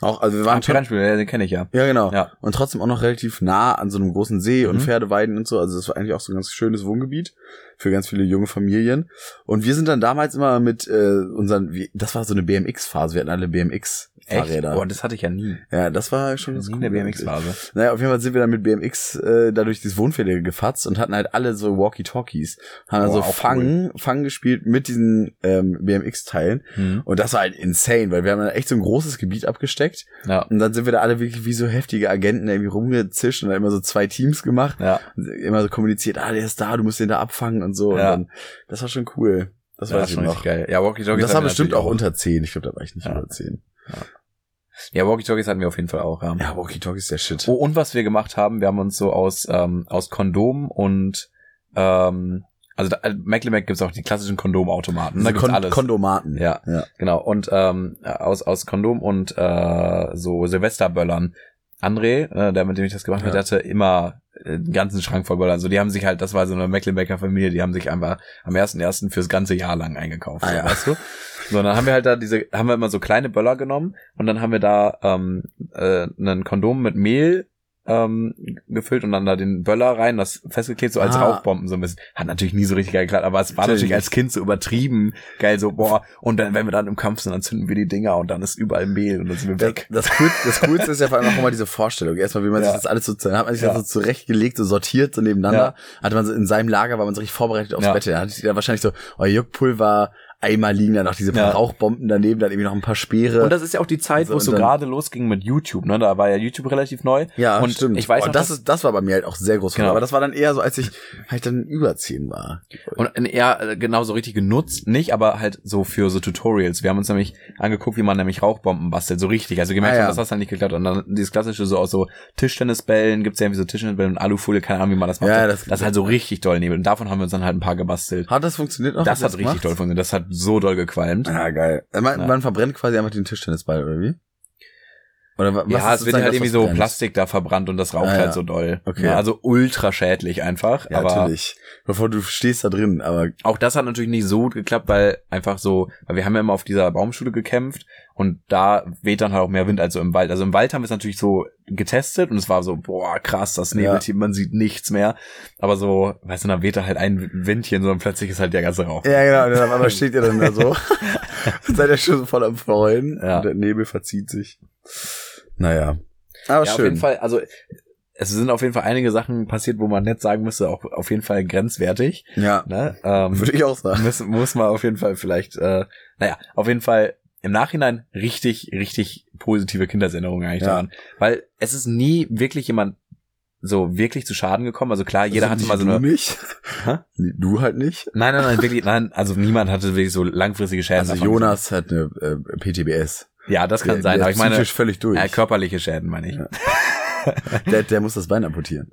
A: auch, also wir
B: Ein
A: waren schon-
B: Piranspiel, ja, den kenne ich ja.
A: ja, genau.
B: Ja.
A: Und trotzdem auch noch relativ nah an so einem großen See und
B: Mhm.
A: Pferdeweiden und so. Also das war eigentlich auch so ein ganz schönes Wohngebiet für ganz viele junge Familien. Und wir sind dann damals immer mit äh, unseren, wie- das war so eine BMX-Phase, wir hatten alle
B: Echt?
A: BMX-Fahrräder.
B: Oh, das hatte ich ja nie.
A: Ja, das war schon
B: Das
A: ganz
B: nie
A: cool.
B: in der BMX-Phase.
A: Naja, auf jeden Fall sind wir dann mit BMX äh, da durch dieses Wohnviertel gefatzt und hatten halt alle so Walkie-Talkies. Haben
B: Boah,
A: also
B: auch
A: Fang, Fang gespielt mit diesen ähm, BMX-Teilen.
B: Hm.
A: Und das war halt insane, weil wir haben dann echt so ein großes Gebiet abgesteckt.
B: Ja,
A: Und dann sind wir da alle wirklich wie so heftige Agenten irgendwie rumgezischt und dann immer so zwei Teams gemacht.
B: ja.
A: Und immer so kommuniziert, ah, der ist da, du musst den da abfangen und so.
B: Ja.
A: Und dann, das war schon cool. Das
B: Ja,
A: weiß ich
B: schon
A: noch.
B: richtig geil. Ja, halt Walkie
A: Und
B: Talkies.
A: das war bestimmt auch unter 10. Ich glaube, da war ich nicht
B: Ja.
A: über 10.
B: Ja, Walkie Talkies hatten wir auf jeden Fall auch. Ja.
A: Ja, Walkie-Talkie ist der Shit.
B: Oh, und was wir gemacht haben, wir haben uns so aus, ähm, aus Kondom und ähm, also da, äh, McLeMac gibt's auch die klassischen Kondomautomaten. Da
A: Diese
B: gibt's
A: Kon-
B: alles.
A: Kondomaten.
B: ja,
A: Ja.
B: genau. Und ähm, aus, aus Kondom und äh, so Silvesterböllern. André, äh, der mit dem ich das gemacht habe,
A: Ja.
B: der hatte immer äh, einen ganzen Schrank voll Böllern. Also die haben sich halt, das war so eine Mecklenbecker Familie, die haben sich einfach am 1.1. fürs ganze Jahr lang eingekauft.
A: Ah,
B: so,
A: ja.
B: weißt du? So, dann haben wir halt da diese, haben wir immer so kleine Böller genommen und dann haben wir da ähm, äh, einen Kondom mit Mehl ähm, gefüllt und dann da den Böller rein, das festgeklebt, so als
A: Ah.
B: Rauchbomben so ein bisschen. Hat natürlich nie so richtig geil geklappt, aber es war natürlich
A: Natürlich.
B: als Kind so übertrieben geil, so boah, und dann, wenn wir dann im Kampf sind, dann zünden wir die Dinger und dann ist überall Mehl und dann sind wir
A: Das,
B: weg.
A: das, cool, das Coolste ist ja vor allem auch immer diese Vorstellung. Erstmal, wie man
B: Ja.
A: sich das alles so, dann hat man sich
B: Ja.
A: das so zurechtgelegt, so sortiert, so nebeneinander. Hatte man so in seinem Lager, war man so richtig vorbereitet aufs
B: Ja.
A: Bett. Da hatte ich da wahrscheinlich so, oh, Juckpulver, Eimer liegen, dann noch diese paar
B: Ja.
A: Rauchbomben daneben, dann irgendwie noch ein paar Speere.
B: Und das ist ja auch die Zeit, wo es so
A: Und dann-
B: gerade losging mit YouTube, ne? Da war ja YouTube relativ neu.
A: ja,
B: und
A: stimmt.
B: ich weiß
A: oh,
B: noch,
A: das,
B: dass-
A: ist, das war bei mir halt auch sehr groß.
B: Genau.
A: Aber das war dann eher so, als ich halt dann überziehen war.
B: Und äh, ja, äh, genau so richtig genutzt, nicht, aber halt so für so Tutorials. Wir haben uns nämlich angeguckt, wie man nämlich Rauchbomben bastelt, so richtig. Also gemerkt
A: Ah,
B: haben,
A: ja.
B: dass das dann nicht geklappt hat. Und dann dieses klassische so aus so Tischtennisbällen, gibt's ja irgendwie so Tischtennisbällen und Alufolie, keine Ahnung, wie man das macht.
A: Ja,
B: das,
A: das-
B: ist halt so richtig doll Nebel. Und davon haben wir uns dann halt ein paar gebastelt.
A: Hat das Ah. funktioniert noch?
B: das hat
A: Habt ihr
B: richtig doll
A: gemacht?
B: funktioniert. Das hat so doll gequalmt.
A: Ja, geil. Also Man,
B: Ja.
A: man verbrennt quasi einfach den Tischtennisball, oder wie? Oder wa- was
B: ja, es wird
A: sozusagen
B: halt
A: das,
B: irgendwie
A: was
B: so
A: brennt?
B: Plastik da verbrannt und das raucht
A: Ah, ja.
B: halt so doll.
A: Okay.
B: Ja, also ultra schädlich einfach.
A: Ja,
B: aber
A: natürlich. Bevor du stehst da drin, aber
B: auch das hat natürlich nicht so gut geklappt, weil einfach so, weil wir haben ja immer auf dieser Baumschule gekämpft und da weht dann halt auch mehr Wind als so im Wald. Also im Wald haben wir es natürlich so getestet und es war so, boah, krass, das Nebelteam, man sieht nichts mehr. Aber so, weißt du, dann weht da halt ein Windchen so und plötzlich ist halt der ganze Rauch.
A: Ja, genau. Und dann auf einmal steht ihr dann da so. Seid ihr schon so voll am Freuen.
B: Ja.
A: Und der Nebel verzieht sich. Naja. Aber
B: ja,
A: schön.
B: auf jeden Fall, also es sind auf jeden Fall einige Sachen passiert, wo man nicht sagen müsste, auch auf jeden Fall grenzwertig.
A: Ja,
B: Ne? Ähm,
A: würde ich auch sagen.
B: muss, muss man auf jeden Fall vielleicht, äh, naja, auf jeden Fall im Nachhinein richtig, richtig positive Kindheitserinnerungen eigentlich
A: Ja.
B: daran. Weil es ist nie wirklich jemand so wirklich zu Schaden gekommen. Also klar, jeder hatte
A: Also
B: mal so
A: du
B: eine.
A: nicht.
B: Hä?
A: Du halt nicht.
B: Nein, nein, nein, wirklich, nein, also niemand hatte wirklich so langfristige Schäden.
A: Also
B: davon.
A: Jonas hat eine äh, PTBS.
B: Ja, das kann
A: Der-
B: sein,
A: der
B: aber ich
A: ist
B: meine,
A: psychisch völlig durch.
B: äh, körperliche Schäden meine ich.
A: Ja. der, der muss das Bein amputieren.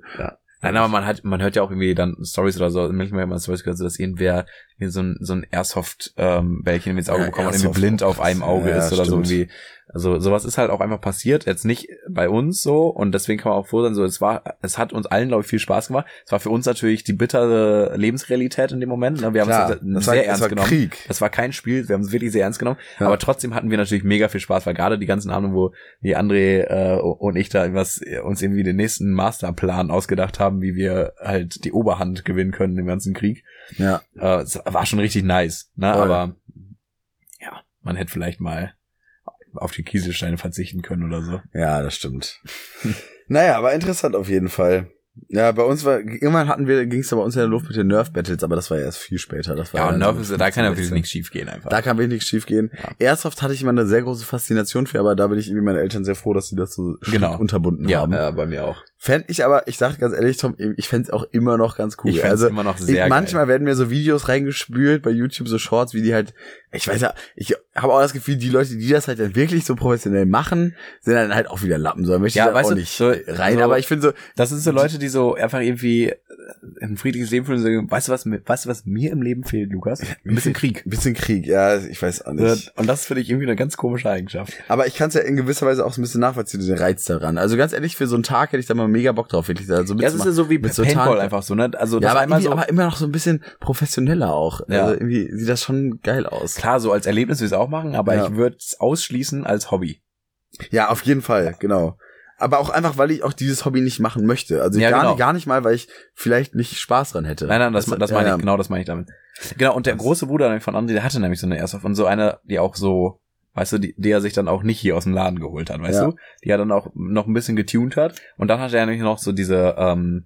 B: Nein, aber man hat, man hört ja auch irgendwie dann Stories oder so, manchmal hat man Stories gehört, so dass irgendwer irgendwie so ein, so ein Airsoft-Bällchen ins Auge
A: Ja,
B: bekommt und
A: Airsoft,
B: irgendwie blind
A: oh,
B: auf einem
A: krass.
B: Auge
A: Ja,
B: ist oder so
A: stimmt.
B: irgendwie. Also sowas ist halt auch einfach passiert, jetzt nicht bei uns so und deswegen kann man auch froh sein, so es war, es hat uns allen, glaube ich, viel Spaß gemacht. Es war für uns natürlich die bittere Lebensrealität in dem Moment. ne? Wir haben
A: Klar,
B: es sehr
A: das war- das
B: ernst
A: war
B: genommen.
A: Krieg.
B: Das war kein Spiel, wir haben es wirklich sehr ernst genommen.
A: Ja.
B: Aber trotzdem hatten wir natürlich mega viel Spaß, weil gerade die ganzen Abende, wo die André äh, und ich da irgendwas, äh, uns irgendwie den nächsten Masterplan ausgedacht haben, wie wir halt die Oberhand gewinnen können im ganzen Krieg,
A: Ja.
B: äh, es war schon richtig nice. Ne?
A: Voll.
B: Aber ja, man hätte vielleicht mal auf die Kieselsteine verzichten können oder so.
A: Ja, das stimmt. naja, aber interessant auf jeden Fall. Ja, bei uns war, irgendwann hatten wir, ging es ja bei uns in der Luft mit den Nerf-Battles, aber das war ja erst viel später. Das war
B: Ja, und
A: dann
B: Nerf ist,
A: so
B: da kann ja wirklich
A: 16.
B: nichts schief gehen einfach.
A: Da kann wenig schief gehen. Airsoft hatte ich immer eine sehr große Faszination für, aber da bin ich irgendwie meine Eltern sehr froh, dass sie das so strikt
B: Genau.
A: unterbunden
B: ja,
A: haben.
B: äh, bei mir auch.
A: Fänd ich aber, ich sag ganz ehrlich, Tom, ich fänd's auch immer noch ganz cool.
B: Ich find's
A: also
B: immer noch
A: ich-
B: sehr
A: manchmal werden mir so Videos reingespült bei YouTube, so Shorts, wie die halt, ich weiß ja, ich habe auch das Gefühl, die Leute, die das halt dann wirklich so professionell machen, sind dann halt auch wieder Lappen. So, da möchte
B: Ja,
A: ich da
B: weißt
A: auch
B: du,
A: nicht
B: so-
A: rein.
B: so-
A: aber ich finde so,
B: Das sind so Leute, die so einfach irgendwie äh, ein friedliches Leben führen und sagen, weißt du was, mir- weißt du was mir im Leben fehlt, Lukas? Ein bisschen Krieg.
A: ein bisschen Krieg, ja, ich weiß auch
B: Äh,
A: nicht.
B: Und das finde ich irgendwie eine ganz komische Eigenschaft.
A: Aber ich kann es ja in gewisser Weise auch so ein bisschen nachvollziehen, den Reiz daran. Also ganz ehrlich, für so einen Tag hätte ich da mal mega Bock drauf, wirklich da so
B: Ja, es ist ja
A: mitzumachen.
B: so wie
A: mit
B: mit
A: so
B: Paintball
A: Tarn-
B: einfach so, ne? Also das
A: Ja, aber,
B: einmal
A: irgendwie-
B: so,
A: aber immer noch so ein bisschen professioneller auch.
B: Ja.
A: Also irgendwie sieht das schon geil aus.
B: klar, so als Erlebnis will ich es auch machen, aber
A: Ja.
B: ich würde es ausschließen als Hobby.
A: Ja, auf jeden Fall, genau. Aber auch einfach, weil ich auch dieses Hobby nicht machen möchte. Also
B: Ja,
A: gar,
B: genau.
A: gar nicht mal, weil ich vielleicht nicht Spaß dran hätte.
B: Nein, nein, das, das, meine
A: ja,
B: ich, genau das meine ich damit. Genau, und der große Bruder von Andi, der hatte nämlich so eine Airsoft und so eine, die auch so, weißt du, die, die er sich dann auch nicht hier aus dem Laden geholt hat, weißt
A: Ja.
B: du? Die er dann auch noch ein bisschen getuned hat und dann hatte er nämlich noch so diese, ähm,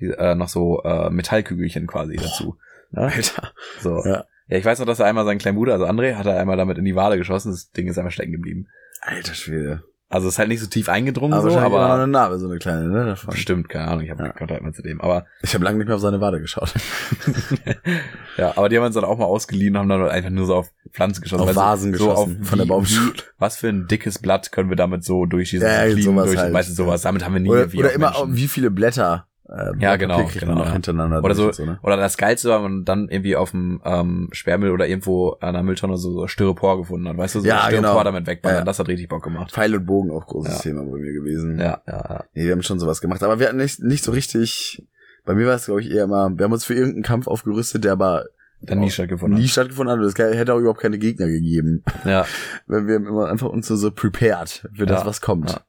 B: die, äh, noch so äh, Metallkügelchen quasi dazu. Ne?
A: Alter.
B: So.
A: Ja.
B: Ja. ich weiß noch, dass er einmal seinen kleinen Bruder, also André, hat er einmal damit in die Wade geschossen, das Ding ist einfach stecken geblieben.
A: Alter Schwede.
B: Also ist halt nicht genau. so tief eingedrungen,
A: Aber
B: so,
A: wahrscheinlich aber noch
B: aber
A: eine Narbe, so eine kleine, ne? Davon.
B: bestimmt, keine Ahnung, ich habe
A: Ja.
B: keinen Kontakt mehr zu dem, aber
A: Ich habe lange nicht mehr auf seine Wade geschaut.
B: Ja, aber die haben uns dann auch mal ausgeliehen und haben dann einfach nur so auf Pflanzen geschossen.
A: Auf
B: weißt du,
A: Vasen geschossen, von der Baumschule.
B: Wie, was für ein dickes Blatt können wir damit so durchschießen?
A: Ja,
B: so clean
A: sowas
B: durch,
A: halt.
B: Weißt du, sowas. Damit haben wir nie
A: Oder,
B: irgendwie
A: oder
B: auf
A: immer,
B: Menschen-
A: auch, wie viele Blätter. Äh, Papier
B: genau,
A: kriegt
B: genau,
A: man noch
B: ja.
A: hintereinander.
B: Oder
A: durch
B: so-
A: und ne?
B: Oder das Geilste war, wenn man dann irgendwie auf dem ähm, Sperrmüll oder irgendwo an der Mülltonne so, so Styropor gefunden hat. Weißt du, so
A: Ja,
B: Styropor
A: genau.
B: damit wegballern.
A: Ja.
B: Das hat richtig Bock gemacht.
A: Pfeil und Bogen auch großes
B: Ja.
A: Thema bei mir gewesen.
B: Ja, ja, ja.
A: Nee, wir haben schon sowas gemacht. Aber wir hatten nicht, nicht so richtig. Bei mir war es, glaube ich, eher immer, wir haben uns für irgendeinen Kampf aufgerüstet, der aber
B: Dann
A: Auch
B: nie stattgefunden.
A: nie stattgefunden hat. Und es hätte auch überhaupt keine Gegner gegeben.
B: hat. Ja.
A: Weil wir haben immer einfach uns so, so prepared für das,
B: Ja.
A: was kommt.
B: Ja.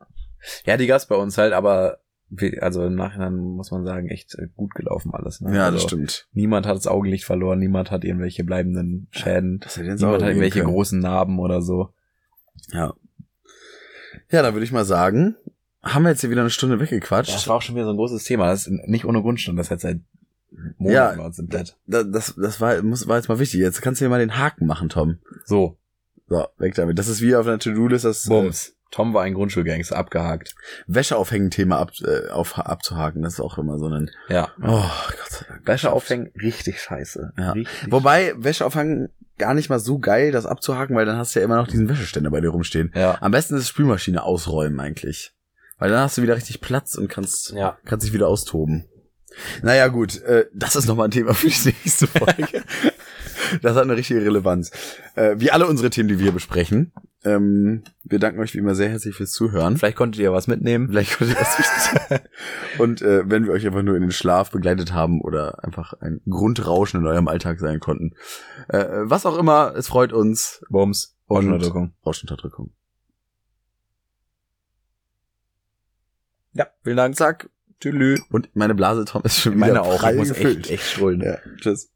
B: ja, die gab's bei uns halt, aber wir, also im Nachhinein muss man sagen, echt äh, gut gelaufen alles. Ne?
A: Ja,
B: also,
A: das stimmt.
B: Niemand hat das Augenlicht verloren, niemand hat irgendwelche bleibenden Schäden,
A: Das hätte jetzt
B: niemand
A: auch
B: hat
A: gehen
B: irgendwelche
A: können.
B: großen Narben oder so.
A: Ja, dann würde ich mal sagen, haben wir jetzt hier wieder eine Stunde weggequatscht.
B: war auch schon wieder so ein großes Thema. Das ist nicht ohne Grund stand das jetzt seit Monaten
A: Ja.
B: bei uns im Bett.
A: Das, das, das war, muss, war jetzt mal wichtig. Jetzt kannst du hier mal den Haken machen, Tom.
B: So,
A: So, weg damit. Das ist wie auf einer To-Do-List, das äh,
B: Bums. Tom war ein Grundschulgangster, abgehakt.
A: Wäscheaufhängen-Thema ab, äh, auf, abzuhaken. Das ist auch immer so ein,
B: Ja.
A: oh Gott sei Dank.
B: Wäsche aufhängen, richtig scheiße.
A: Ja.
B: Richtig.
A: Wobei, Wäsche aufhängen gar nicht mal so geil, das abzuhaken, weil dann hast du ja immer noch diesen Wäscheständer bei dir rumstehen.
B: ja.
A: Am besten ist es Spülmaschine ausräumen eigentlich. Weil dann hast du wieder richtig Platz und kannst,
B: Ja.
A: kannst dich wieder austoben. Naja, gut, äh, das ist nochmal ein Thema für die nächste Folge. das hat eine richtige Relevanz. Äh, wie alle unsere Themen, die wir hier besprechen. Ähm, wir danken euch wie immer sehr herzlich fürs Zuhören.
B: Vielleicht konntet ihr was mitnehmen.
A: Vielleicht konnte das wichtig Und äh, wenn wir euch einfach nur in den Schlaf begleitet haben oder einfach ein Grundrauschen in eurem Alltag sein konnten. Äh, was auch immer, es freut uns.
B: Bums.
A: Und-
B: Unterdrückung.
A: Rauschunterdrückung.
B: Ja, vielen Dank. Zack. Tschüss.
A: Und meine Blase, Tom, ist schon wieder
B: Meine auch.
A: prall
B: Ich muss
A: gefüllt.
B: echt, echt schrullen.
A: Ja, tschüss.